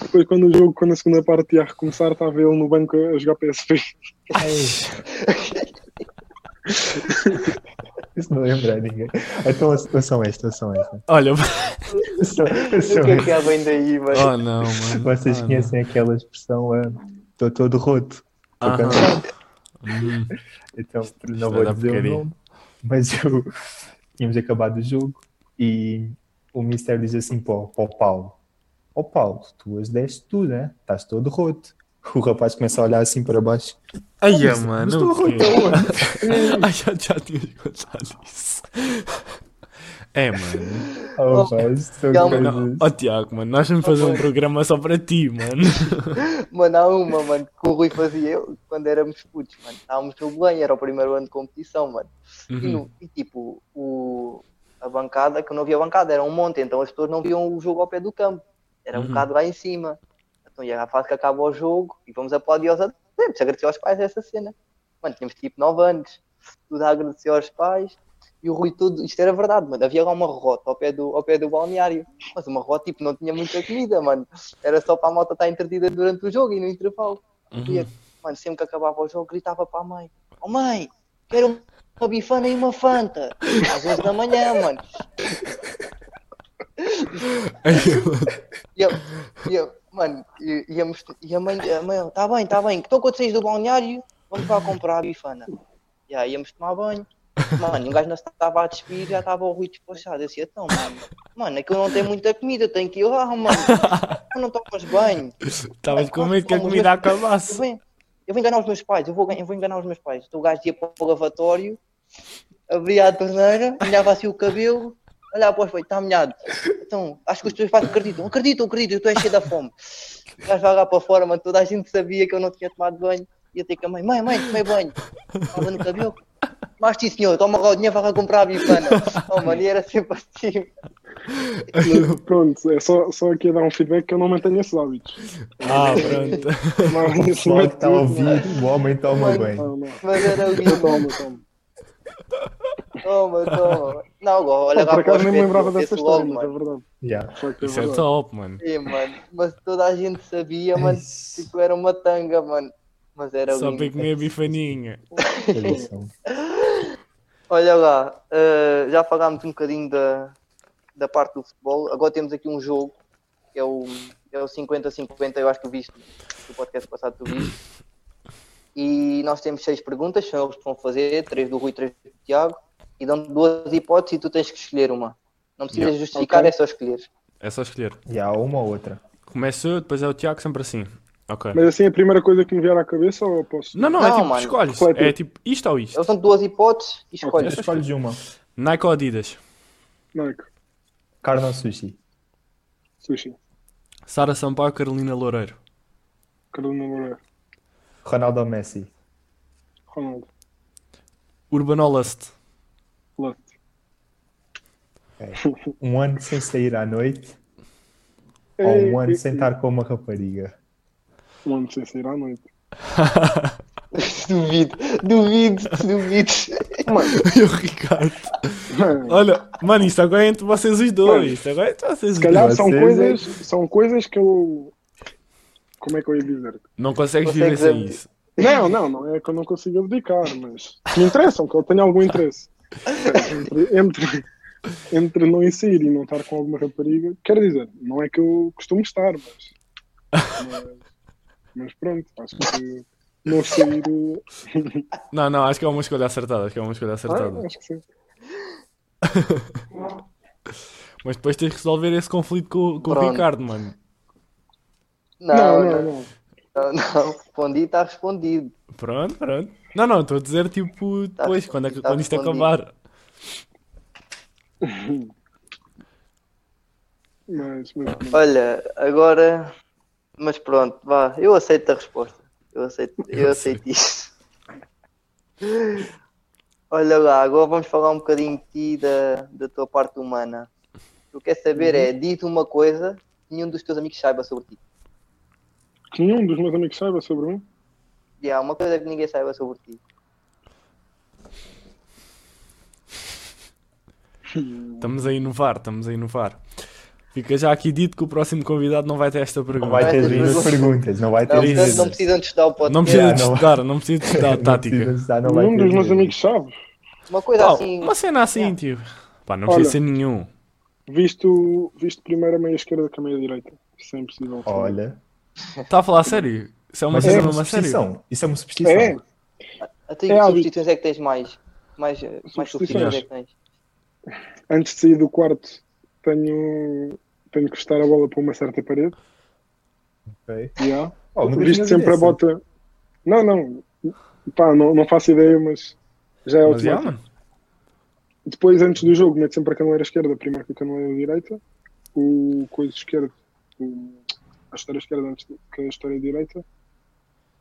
Speaker 3: Depois, quando o jogo, quando a segunda parte ia recomeçar, estava ele no banco a jogar PSP.
Speaker 4: Isso não lembra a ninguém. Então a situação é esta, a situação é esta.
Speaker 2: Olha,
Speaker 4: A situação
Speaker 1: O
Speaker 4: é
Speaker 1: que é que
Speaker 4: esta.
Speaker 1: há bem daí, mano?
Speaker 2: oh não, mano.
Speaker 4: Vocês
Speaker 2: Ah, não.
Speaker 4: conhecem aquela expressão, estou todo roto. ah, Tô
Speaker 2: Aham.
Speaker 4: cansado.
Speaker 2: Uhum.
Speaker 4: Então
Speaker 2: isto
Speaker 4: não
Speaker 2: é
Speaker 4: vou
Speaker 2: da
Speaker 4: dizer o
Speaker 2: porcaria.
Speaker 4: nome, mas eu... tínhamos acabado o jogo e o Mister diz assim para o, para o Paulo: Ó Paulo, tu as deste tu, né? Estás todo roto. O rapaz começa a olhar assim para baixo.
Speaker 2: Ai,
Speaker 4: "Ah,
Speaker 2: ah,
Speaker 4: mas-
Speaker 2: mano.
Speaker 4: mas tu
Speaker 2: o quê?
Speaker 4: roto aonde?"
Speaker 2: Ai, já, já tinhas contado isso. É, mano.
Speaker 4: Oh, pá, isto são
Speaker 1: Calma,
Speaker 4: coisas-
Speaker 2: Não, ó Tiago, mano, nós vamos fazer um programa só para ti, mano.
Speaker 1: Mano, há uma, mano, que o Rui fazia eu quando éramos putos, mano. Estávamos no banho, era o primeiro ano de competição, mano. E,
Speaker 2: Uhum.
Speaker 1: no- e, tipo, o, a bancada, que não havia bancada, era um monte, então as pessoas não viam o jogo ao pé do campo. Era um
Speaker 2: Uhum.
Speaker 1: bocado lá em cima. Então já a fase que acaba o jogo e vamos aplaudir aos adeptos, agradecer aos pais essa cena. Mano, tínhamos tipo 9 anos, tudo a agradecer aos pais. E o Rui tudo, isto era verdade, mano. Havia lá uma rota ao pé do, ao pé do balneário. Mas uma rota, tipo, não tinha muita comida, mano. Era só para a malta estar entretida durante o jogo e no intervalo.
Speaker 2: Uhum.
Speaker 1: E eu, mano, sempre que acabava o jogo, gritava para a mãe: Oh mãe, quero uma bifana e uma fanta. Às 11 da manhã, mano.
Speaker 2: Ai, mano.
Speaker 1: E eu, e eu, mano, e, e a, mos- e a mãe, a mãe, tá bem, tá bem, então quando saís do balneário, vamos lá comprar a bifana. E aí íamos tomar banho. Mano, o gajo não se estava a despir, já estava o Rui despachado. Eu disse, então, mano, mano, é que eu não tenho muita comida, tenho que ir lá, mano. Tu não tomas banho.
Speaker 2: Estavas com medo que a comida
Speaker 1: Eu
Speaker 2: acabasse.
Speaker 1: vou, eu vou enganar os meus pais, eu vou, eu vou enganar os meus pais. Então o gajo ia para o lavatório, abria a torneira, molhava assim o cabelo, olhava para os peitos, está molhado. Então, acho que os teus pais acreditam, acreditam, acreditam, tu és cheio da fome. O gajo vai lá para fora, mano, toda a gente sabia que eu não tinha tomado banho. Ia ter que a mãe, mãe, mãe, tomei banho. Estava no cabelo. Mas sim senhor, toma lá o dinheiro, vai lá comprar a bifana. Oh mano, e era sempre assim.
Speaker 3: Mas, pronto, é só, só aqui a dar um feedback que eu não mantenho esses hábitos.
Speaker 2: Ah, pronto.
Speaker 3: Não,
Speaker 4: O
Speaker 3: isso não
Speaker 4: pessoal
Speaker 3: é
Speaker 4: que está a
Speaker 3: tudo,
Speaker 4: ouvir, o homem toma
Speaker 1: Mano,
Speaker 4: bem.
Speaker 3: não, não.
Speaker 1: Mas era o
Speaker 3: Eu
Speaker 1: guinho.
Speaker 3: tomo, eu tomo.
Speaker 1: Toma, toma. Não, agora, olha
Speaker 3: Pá,
Speaker 1: lá
Speaker 3: por
Speaker 1: para
Speaker 3: acaso
Speaker 1: os
Speaker 3: nem me lembrava
Speaker 1: peitos,
Speaker 3: dessa
Speaker 1: esse logo,
Speaker 3: história, mas é
Speaker 1: mano.
Speaker 3: verdade.
Speaker 4: Yeah.
Speaker 3: Só que é
Speaker 2: Isso é
Speaker 3: verdade.
Speaker 2: top, mano.
Speaker 1: É, mano, mas toda a gente sabia, mano, que tu era uma tanga, mano. Mas era
Speaker 2: Só para
Speaker 1: lindo.
Speaker 2: comer bifaninha.
Speaker 4: Tradição.
Speaker 1: Olha lá, eh, já falámos um bocadinho da, da parte do futebol. Agora temos aqui um jogo é o é o 50-50, eu acho que tu viste no podcast passado, tu viste. E nós temos seis perguntas, são eles que vão fazer, três do Rui, três do Tiago, e dão duas hipóteses e tu tens que escolher uma. Não precisas
Speaker 2: Yeah.
Speaker 1: justificar,
Speaker 3: Ok.
Speaker 1: é só escolher.
Speaker 2: É só escolher.
Speaker 4: E há uma ou outra.
Speaker 2: Começo eu, depois é o Tiago, sempre assim. Ok.
Speaker 3: Mas assim, a primeira coisa que me vier à cabeça ou eu posso?
Speaker 2: Não, não, é
Speaker 1: Não,
Speaker 2: tipo,
Speaker 1: mano.
Speaker 2: escolhes.
Speaker 3: Qual é que-
Speaker 2: É tipo, isto ou isto?
Speaker 1: Eles dão duas hipóteses e escolhes.
Speaker 4: Tu escolhes uma.
Speaker 2: Nike ou Adidas?
Speaker 3: Nike,
Speaker 4: Carne ou sushi?
Speaker 3: Sushi,
Speaker 2: Sara Sampaio, Carolina Loureiro.
Speaker 3: Carolina Loureiro,
Speaker 4: Ronaldo ou Messi?
Speaker 3: Ronaldo,
Speaker 2: Urban ou Lust?
Speaker 3: Left,
Speaker 4: Um ano sem sair à noite ou
Speaker 3: Ei,
Speaker 4: um ano
Speaker 3: ei,
Speaker 4: sem
Speaker 3: ei.
Speaker 4: estar com uma rapariga?
Speaker 3: É, Um ano sem sair à noite.
Speaker 1: duvido, duvido, duvido.
Speaker 2: E o Ricardo?
Speaker 3: Mano,
Speaker 2: Olha, mano, isto agora é entre vocês os dois. Isto agora é entre vocês os
Speaker 3: se calhar
Speaker 2: dois.
Speaker 3: são
Speaker 4: vocês, é
Speaker 3: coisas, são coisas que eu. Como é que eu ia dizer?
Speaker 2: Não consegues viver
Speaker 1: Consegues
Speaker 2: sem
Speaker 1: abrir.
Speaker 2: isso.
Speaker 3: Não, não, não é que eu não consigo abdicar, mas que me interessam, que eu tenho algum interesse. Entre, entre, entre não ir sair e não estar com alguma rapariga, quero dizer, não é que eu costumo estar, mas. Mas, mas pronto, acho que não sair. ah,
Speaker 2: Não, não, acho que é uma escolha acertada. Acho que é uma escolha acertada.
Speaker 3: Ah, acho que sim.
Speaker 2: Mas depois tens de resolver esse conflito com, com o
Speaker 1: Pronto.
Speaker 2: Ricardo, mano.
Speaker 3: Não,
Speaker 1: Não,
Speaker 3: não,
Speaker 1: não, não,
Speaker 3: não.
Speaker 1: não. Respondi, está respondido.
Speaker 2: Pronto, pronto. Não, não, estou a dizer tipo depois, quando, é que-
Speaker 1: tá
Speaker 2: quando isto
Speaker 1: respondido.
Speaker 2: acabar.
Speaker 3: Mas, mas pronto.
Speaker 1: Olha, agora. Mas pronto, vá, eu aceito a resposta. Eu aceito, eu aceito isso. Olha lá, agora vamos falar um bocadinho de ti, da, da tua parte humana. O que eu quero saber é,
Speaker 3: Uhum.
Speaker 1: diz uma coisa que nenhum dos teus amigos saiba sobre ti.
Speaker 3: que nenhum dos meus amigos saiba sobre mim.
Speaker 1: E há uma coisa que ninguém saiba sobre ti.
Speaker 2: Estamos a inovar, estamos a inovar. Fica já aqui dito que o próximo convidado não vai ter esta pergunta.
Speaker 4: Não vai ter
Speaker 1: ter
Speaker 4: duas
Speaker 1: perguntas.
Speaker 4: perguntas, não vai ter
Speaker 1: Não,
Speaker 2: Diz.
Speaker 1: portanto, É não
Speaker 4: duas.
Speaker 1: precisam de estudar o podcast.
Speaker 2: Não precisa
Speaker 4: Yeah,
Speaker 2: de
Speaker 4: não vai-
Speaker 2: estudar, não precisa de estudar tática.
Speaker 4: Não vai
Speaker 3: nenhum
Speaker 4: ter
Speaker 3: dos meus
Speaker 4: dúvidas.
Speaker 3: amigos sabe.
Speaker 1: Uma coisa
Speaker 2: Pá,
Speaker 1: assim.
Speaker 2: uma cena assim, tio. Pá, não precisa ser nenhum.
Speaker 3: Visto, visto primeiro a meia esquerda que a meia direita. Isso é impossível. saber.
Speaker 4: Olha,
Speaker 2: Está Tá a falar a sério? Isso é uma
Speaker 4: mas
Speaker 2: cena
Speaker 4: isso é
Speaker 2: mesmo
Speaker 4: uma
Speaker 2: a sério?
Speaker 4: superstição. Isso é uma superstição.
Speaker 3: É,
Speaker 1: Até
Speaker 3: É
Speaker 1: que
Speaker 3: hábito.
Speaker 1: substituições é que tens mais? Mais, eh, mais
Speaker 3: Substituições.
Speaker 1: substituições é que tens?
Speaker 3: antes de sair do quarto, tenho, tenho que estar a bola para uma certa parede.
Speaker 4: Ok.
Speaker 3: Yeah.
Speaker 4: Oh, nunca
Speaker 3: Visto
Speaker 4: tinha
Speaker 3: sempre a
Speaker 4: dessa.
Speaker 3: bota. Não, não. Pá, não, não faço ideia, mas já é
Speaker 2: Mas, yeah,
Speaker 3: automático.
Speaker 2: mano.
Speaker 3: Depois, antes do jogo, meto sempre a caneleira esquerda, primeiro que a caneleira direita, o coisa esquerdo, o- a história esquerda antes de- que a história direita,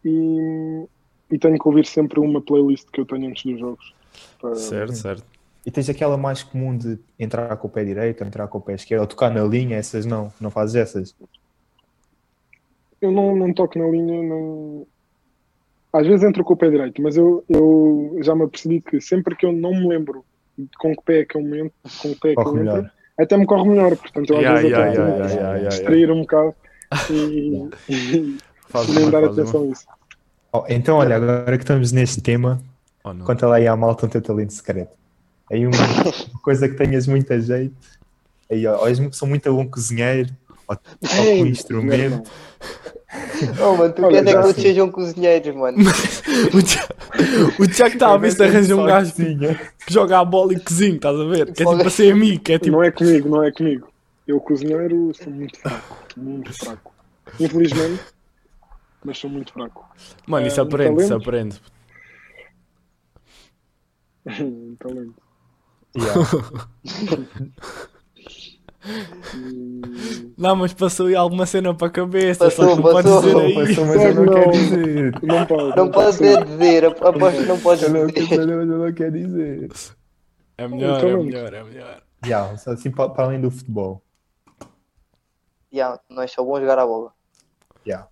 Speaker 3: e, e tenho que ouvir sempre uma playlist que eu tenho antes dos jogos. Para-
Speaker 2: Certo, certo.
Speaker 4: E tens aquela mais comum de entrar com o pé direito, ou entrar com o pé esquerdo, ou tocar na linha, essas não, não fazes essas.
Speaker 3: Eu não, não toco na linha, não... às vezes entro com o pé direito, mas eu, eu já me apercebi que sempre que eu não me lembro de com que pé é que eu me entro, com que pé é que eu
Speaker 4: Corre
Speaker 3: entro,
Speaker 4: melhor.
Speaker 3: até me corre melhor, portanto eu às
Speaker 2: Yeah,
Speaker 3: vezes
Speaker 2: yeah,
Speaker 3: até
Speaker 2: yeah,
Speaker 3: tento
Speaker 2: yeah, yeah, yeah, yeah.
Speaker 3: distrair um bocado e- e
Speaker 2: Faz
Speaker 3: nem
Speaker 2: uma,
Speaker 3: dar
Speaker 2: faz uma.
Speaker 3: atenção a isso.
Speaker 4: Oh, então, olha, agora que estamos neste tema,
Speaker 2: Oh, não.
Speaker 4: conta lá aí à malta o teu talento secreto. Aí uma uma coisa que tenhas muito a jeito, aí ó, ou és mu- sou muito bom cozinheiro, ou toco um instrumento,
Speaker 1: Oh, mano, tu
Speaker 3: Olha,
Speaker 1: queres é
Speaker 3: já
Speaker 1: que
Speaker 4: assim.
Speaker 1: todos sejam cozinheiros, mano.
Speaker 2: O Tiago- O Tiago está a ver se arranja um
Speaker 4: Só
Speaker 2: gajo
Speaker 4: cozinha.
Speaker 2: que joga a bola e cozinha, estás a ver? Que é
Speaker 1: Só-
Speaker 2: tipo para ser amigo, que é tipo.
Speaker 3: Não é comigo, não é comigo. Eu, cozinheiro, sou muito fraco. Muito fraco. Infelizmente, mas sou muito fraco.
Speaker 2: Mano, isso
Speaker 3: é um
Speaker 2: aprende, isso
Speaker 3: talento.
Speaker 2: aprende.
Speaker 3: Um talento.
Speaker 4: Yeah.
Speaker 3: E-
Speaker 2: Não, mas passou aí alguma cena para a cabeça, só
Speaker 1: Passou,
Speaker 2: que não podes
Speaker 1: passou.
Speaker 2: dizer aí.
Speaker 4: Passou, mas
Speaker 3: Só
Speaker 4: eu
Speaker 3: que
Speaker 4: não quero
Speaker 3: não.
Speaker 4: dizer.
Speaker 3: Não pode.
Speaker 1: Não podes é dizer, ap- aposto que não podes
Speaker 4: Eu não,
Speaker 1: dizer.
Speaker 4: eu não- eu não quero dizer.
Speaker 2: É melhor, é
Speaker 3: Então-
Speaker 2: melhor, é melhor.
Speaker 4: Yeah, só assim pa- para além do futebol.
Speaker 1: Yeah, nós só bom jogar a bola.
Speaker 4: Yeah.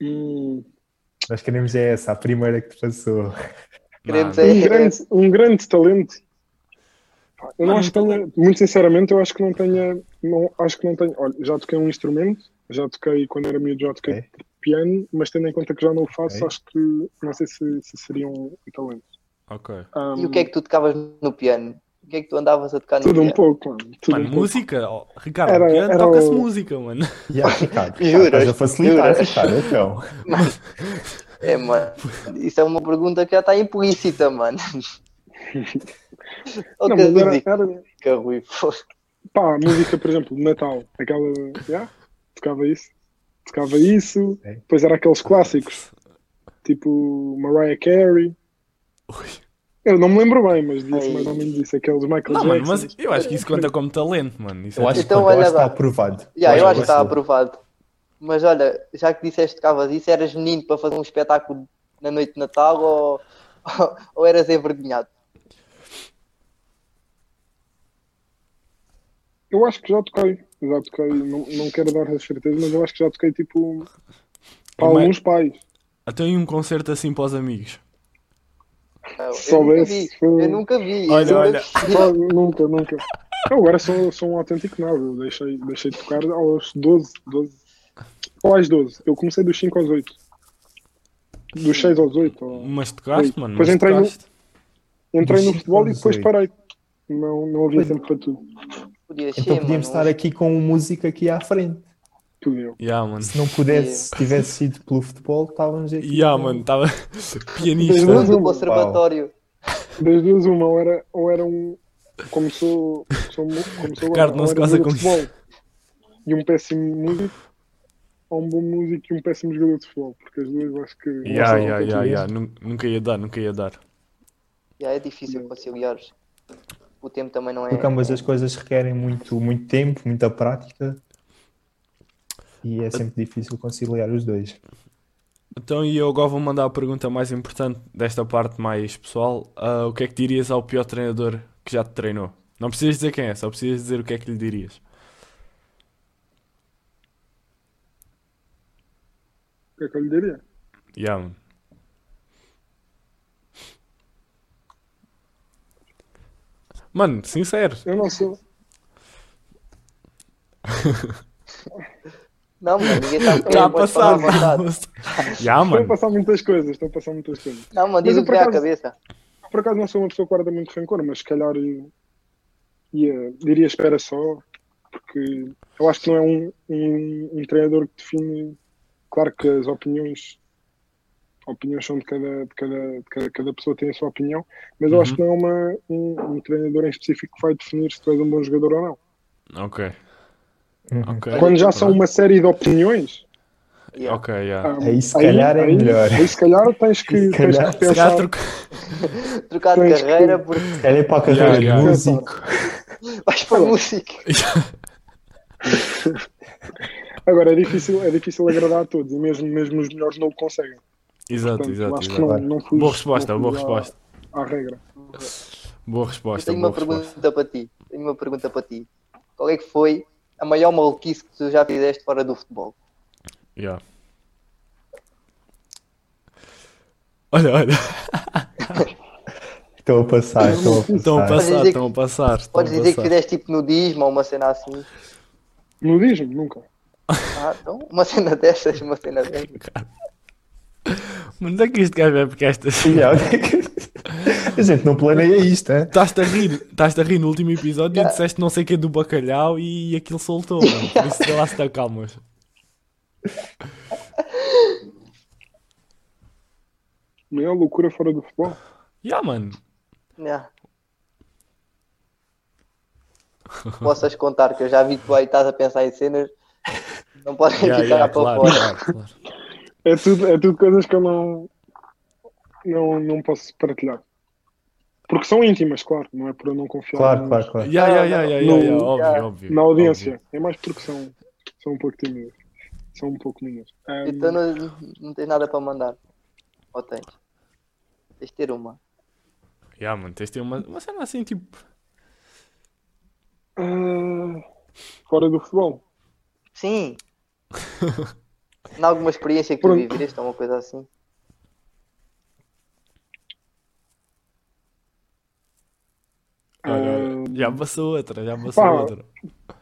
Speaker 3: Hum,
Speaker 4: Nós queremos é essa, a primeira que te passou.
Speaker 1: Queremos
Speaker 2: Mano,
Speaker 3: Um grande, um grande talento. Pá, Eu não acho que tenha, muito sinceramente, eu acho que não tenha, não, acho que não tenho. Olha, já toquei um instrumento, já toquei quando era miúdo, já toquei
Speaker 4: Ok.
Speaker 3: piano, mas tendo em conta que já não o faço,
Speaker 4: Ok.
Speaker 3: acho que não sei se, se seria um talento.
Speaker 2: Ok.
Speaker 1: E o que é que tu tocavas no piano? que é que é tu andavas a tocar no
Speaker 3: Tudo um
Speaker 1: piano?
Speaker 3: pouco, mano. Tudo
Speaker 2: Mano,
Speaker 3: um pouco.
Speaker 2: música? Oh, Ricardo,
Speaker 3: Era-
Speaker 2: piano
Speaker 3: era
Speaker 2: toca-se
Speaker 3: o-
Speaker 2: música, mano.
Speaker 4: E há, Ricardo,
Speaker 1: Juras,
Speaker 4: estás a facilitar,
Speaker 1: juras.
Speaker 4: Ricardo, então.
Speaker 1: É, mano. Isso é uma pergunta que já está implícita, mano.
Speaker 3: Não,
Speaker 1: Olha que
Speaker 3: mas era,
Speaker 1: música,
Speaker 3: era-
Speaker 1: Rui. pô.
Speaker 3: pá, a música, por exemplo, de Natal, aquela, yeah, tocava isso, tocava isso,
Speaker 4: É.
Speaker 3: depois era aqueles clássicos, tipo Mariah Carey,
Speaker 2: Ui.
Speaker 3: eu não me lembro bem, mas devia ser
Speaker 1: Ai.
Speaker 3: mais ou menos isso, aqueles Michael
Speaker 2: Não,
Speaker 3: Jackson.
Speaker 2: mano, mas eu acho que isso conta como talento, mano. Isso é
Speaker 4: Eu acho,
Speaker 1: Então,
Speaker 4: que, eu
Speaker 1: olha
Speaker 4: acho que está
Speaker 1: lá.
Speaker 4: aprovado.
Speaker 1: Já, eu acho que está
Speaker 3: assim.
Speaker 4: sim.
Speaker 1: aprovado. Mas olha, já que disseste que tocavas isso, eras menino para fazer um espetáculo na noite de Natal ou, ou eras envergonhado?
Speaker 3: Eu acho que já toquei, já toquei, não, não quero dar as certezas, mas eu acho que já toquei, tipo, para
Speaker 2: Primeiro-
Speaker 3: alguns pais.
Speaker 2: Até um concerto assim para os amigos.
Speaker 1: Eu
Speaker 3: Se
Speaker 1: nunca
Speaker 3: soubesse,
Speaker 1: vi,
Speaker 3: foi-
Speaker 1: eu nunca vi. eu
Speaker 2: Olha,
Speaker 1: nunca
Speaker 2: olha.
Speaker 1: vi.
Speaker 3: Pá, nunca, nunca. Eu agora sou, sou um autêntico nabo, eu deixei, deixei de tocar aos 12, 12, ou às 12, eu comecei dos 5 aos 8. Dos 6 aos 8, ou...
Speaker 2: Mas tocaste,
Speaker 3: Oi.
Speaker 2: mano.
Speaker 3: Pois
Speaker 2: mas
Speaker 3: entrei no-
Speaker 2: tocaste.
Speaker 3: Entrei no
Speaker 4: Dos
Speaker 3: futebol e
Speaker 4: aos
Speaker 3: depois
Speaker 4: oito.
Speaker 3: parei. Não, não havia tempo para tudo.
Speaker 1: Podia ser,
Speaker 4: Então podíamos
Speaker 1: mano. um
Speaker 4: estar aqui com música aqui à frente.
Speaker 3: Tudo eu.
Speaker 2: Yeah, mano.
Speaker 4: Se não pudesse, se tivesse sido pelo futebol, estávamos aqui.
Speaker 2: Yeah, mano, estava
Speaker 1: Mas
Speaker 2: pianista.
Speaker 1: do conservatório.
Speaker 3: Das duas, uma, ou era, ou era um. Como sou. sou mu- como sou
Speaker 2: Ricardo, não
Speaker 3: ou
Speaker 2: se
Speaker 3: era um
Speaker 2: casa
Speaker 3: jogador
Speaker 2: com
Speaker 3: de futebol E um péssimo músico. Ou um bom músico e um péssimo jogador de futebol. Porque as duas eu um acho que.
Speaker 2: Yeah,
Speaker 3: não são
Speaker 2: yeah, yeah,
Speaker 3: tantas
Speaker 2: yeah. Nun- Nunca ia dar, nunca ia dar.
Speaker 1: Já é difícil conciliar. O tempo também não é.
Speaker 4: Porque ambas as coisas requerem muito, muito tempo, muita prática. E é sempre difícil conciliar os dois.
Speaker 2: Então, e eu agora vou mandar a pergunta mais importante desta parte mais pessoal. Ah, o que é que dirias ao pior treinador que já te treinou? Não precisas dizer quem é, só precisas dizer o que é que lhe dirias.
Speaker 3: O que é que eu lhe diria?
Speaker 2: Yeah, mano. Mano, sincero.
Speaker 3: Eu não sou.
Speaker 1: Não, mano, ninguém sabe quem
Speaker 3: Tá
Speaker 2: Está
Speaker 1: é,
Speaker 2: a
Speaker 1: podes
Speaker 2: passar,
Speaker 1: falar à
Speaker 2: está a
Speaker 1: vontade.
Speaker 2: passar. Já,
Speaker 3: Estão a
Speaker 2: mano.
Speaker 3: passar muitas coisas. Estão a passar muitas coisas.
Speaker 1: Não, mano, diz
Speaker 3: Mas eu
Speaker 1: o que
Speaker 3: por
Speaker 1: é a
Speaker 3: acaso-
Speaker 1: cabeça.
Speaker 3: Por acaso não sou uma pessoa que guarda muito rancor, mas se calhar eu- ia- diria espera só, porque eu acho que não é um, um, um treinador que define. Claro que as opiniões, opiniões são de cada, de cada, de cada, cada pessoa tem a sua opinião, mas eu
Speaker 2: Uhum.
Speaker 3: acho que não é uma, um, um treinador em específico que vai definir se tu és um bom jogador ou não.
Speaker 2: Ok,
Speaker 4: Uhum.
Speaker 2: ok.
Speaker 3: Quando já são uma série de opiniões,
Speaker 1: Yeah.
Speaker 2: Ok, yeah.
Speaker 3: ah,
Speaker 4: Aí se calhar é
Speaker 3: aí-
Speaker 4: melhor.
Speaker 3: Aí se calhar tens que,
Speaker 4: Se
Speaker 3: tens
Speaker 4: calhar-
Speaker 3: que
Speaker 2: Se calhar
Speaker 3: pensar.
Speaker 2: troca-
Speaker 1: Trocar de
Speaker 3: Tens que-
Speaker 1: carreira porque
Speaker 4: Ela é para a carreira
Speaker 2: Yeah,
Speaker 4: de
Speaker 2: yeah.
Speaker 4: músico.
Speaker 1: vais para a música.
Speaker 3: Agora é difícil, é difícil agradar a todos, e mesmo, mesmo os melhores não o conseguem.
Speaker 2: Exato,
Speaker 3: Portanto, eu
Speaker 2: exato,
Speaker 3: acho que
Speaker 2: exato.
Speaker 3: não, não fui-
Speaker 2: Boa resposta,
Speaker 3: não fui
Speaker 2: boa
Speaker 3: à-
Speaker 2: resposta.
Speaker 3: À regra.
Speaker 2: Boa
Speaker 1: Eu
Speaker 2: resposta,
Speaker 1: tenho uma
Speaker 2: boa resposta.
Speaker 1: pergunta para ti. Tenho uma pergunta para ti. Qual é que foi a maior maluquice que tu já fizeste fora do futebol?
Speaker 2: Yeah. Olha, olha.
Speaker 4: Estou a Então passar, estou a passar.
Speaker 2: Estão
Speaker 3: Então
Speaker 2: a
Speaker 1: dizer
Speaker 2: passar,
Speaker 1: que-
Speaker 2: estão a passar. Estão a
Speaker 1: Podes dizer que
Speaker 2: passar.
Speaker 1: fizeste tipo nudismo ou uma cena assim.
Speaker 3: Nudismo? Nunca.
Speaker 1: Ah, então, uma cena dessas, uma cena dessas.
Speaker 2: Mas onde é que este gajo é porque esta.
Speaker 4: Yeah, onde é que- A gente não planeia isto, né? hein?
Speaker 2: Estás-te a rir, estás-te a rir no último episódio e disseste não sei o que do bacalhau e aquilo soltou, mano. Por isso, sei lá se está calmas.
Speaker 3: Maior loucura fora do futebol.
Speaker 2: Yeah, mano.
Speaker 1: Yeah. Possas contar que eu já vi que tu aí estás a pensar em cenas. Não podem
Speaker 2: Yeah,
Speaker 1: ficar
Speaker 2: yeah,
Speaker 1: para
Speaker 2: claro,
Speaker 1: fora.
Speaker 2: claro, claro.
Speaker 3: É tudo, é tudo coisas que eu não, não, não posso partilhar. Porque são íntimas, claro. Não é por eu não confiar
Speaker 4: Claro,
Speaker 3: na,
Speaker 4: claro, claro.
Speaker 2: Yeah, yeah, yeah, yeah, yeah, yeah,
Speaker 3: No-
Speaker 2: óbvio,
Speaker 1: yeah.
Speaker 2: óbvio.
Speaker 3: na audiência.
Speaker 2: óbvio.
Speaker 3: É mais porque são, são um pouco tímidas. São um pouco minhas. Ahm,
Speaker 1: Então não, não tens nada para mandar. Ou tens? Tens de ter uma.
Speaker 2: Yeah, mano, tens de ter uma, uma cena assim, tipo.
Speaker 3: ah, fora do futebol.
Speaker 1: Sim! Em alguma experiência que tu
Speaker 3: Pronto.
Speaker 1: viveste ou uma coisa assim?
Speaker 2: olha, olha,
Speaker 3: Ahm,
Speaker 2: já passou outra, já passou
Speaker 3: Pá.
Speaker 2: outra.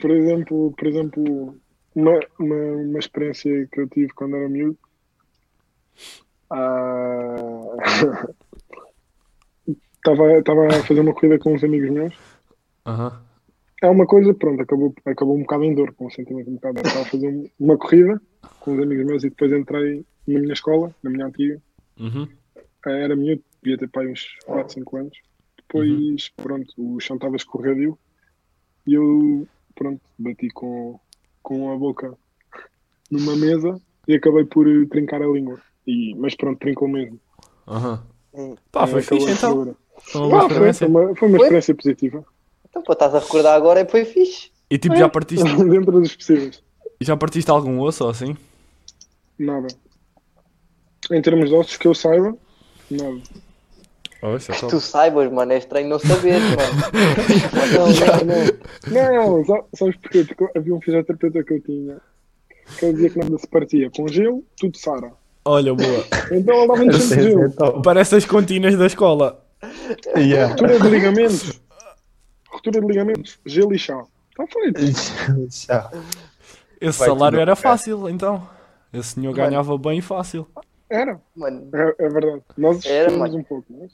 Speaker 3: por exemplo, por exemplo uma, uma, uma experiência que eu tive quando era miúdo. Ah, Estava a fazer uma corrida com uns amigos meus
Speaker 2: Aham.
Speaker 3: é uma coisa, pronto, acabou, acabou um bocado em dor, com um sentimento um bocado. Estava a fazer um- uma corrida com os amigos meus e depois entrei na minha escola, na minha antiga.
Speaker 2: Uhum.
Speaker 3: Eh, Era miúdo, devia ter pai uns 4, 5 anos. Depois,
Speaker 2: Uhum.
Speaker 3: pronto, o chão estava escorregadio e eu, pronto, bati com, com a boca numa mesa e acabei por eh, trincar a língua. E, mas pronto, trincou mesmo.
Speaker 2: Aham.
Speaker 1: Hum.
Speaker 2: Pá, foi
Speaker 3: Acabou
Speaker 2: fixe
Speaker 3: a
Speaker 2: então.
Speaker 3: figura.
Speaker 2: Foi uma boa
Speaker 3: Ah, foi, foi
Speaker 2: experiência.
Speaker 3: uma, foi uma
Speaker 1: Foi?
Speaker 3: experiência positiva.
Speaker 1: Então, pô, estás a recordar agora e foi fixe.
Speaker 2: E tipo, já partiste,
Speaker 3: Dentro dos possíveis.
Speaker 2: já partiste algum osso ou assim?
Speaker 3: Nada. Em termos de ossos que eu saiba, nada.
Speaker 2: Oh, isso é
Speaker 1: Tu saibas, mano, é estranho não saber, mano. Não, não, não.
Speaker 3: Não, sa- sabes porquê? Porque havia um fisioterapeuta que eu tinha que ele dizia que nada se partia. Com gelo, tudo sara.
Speaker 2: Olha, boa.
Speaker 3: Então ele dava-me
Speaker 4: Essa
Speaker 3: sempre
Speaker 4: é
Speaker 3: gelo.
Speaker 4: top.
Speaker 2: Parece as continhas da escola.
Speaker 4: Yeah.
Speaker 3: Ruptura de ligamentos. Ruptura de ligamentos, gelo e chá. Então Está feito.
Speaker 4: Já.
Speaker 2: Esse
Speaker 4: Vai,
Speaker 2: salário
Speaker 4: tudo
Speaker 2: era
Speaker 4: bem.
Speaker 2: fácil, então. Esse senhor
Speaker 1: Mano.
Speaker 2: ganhava bem fácil.
Speaker 3: Era.
Speaker 1: Mano,
Speaker 3: É, é verdade. Nós
Speaker 1: Era,
Speaker 3: estamos
Speaker 1: mano.
Speaker 3: um pouco. Mas...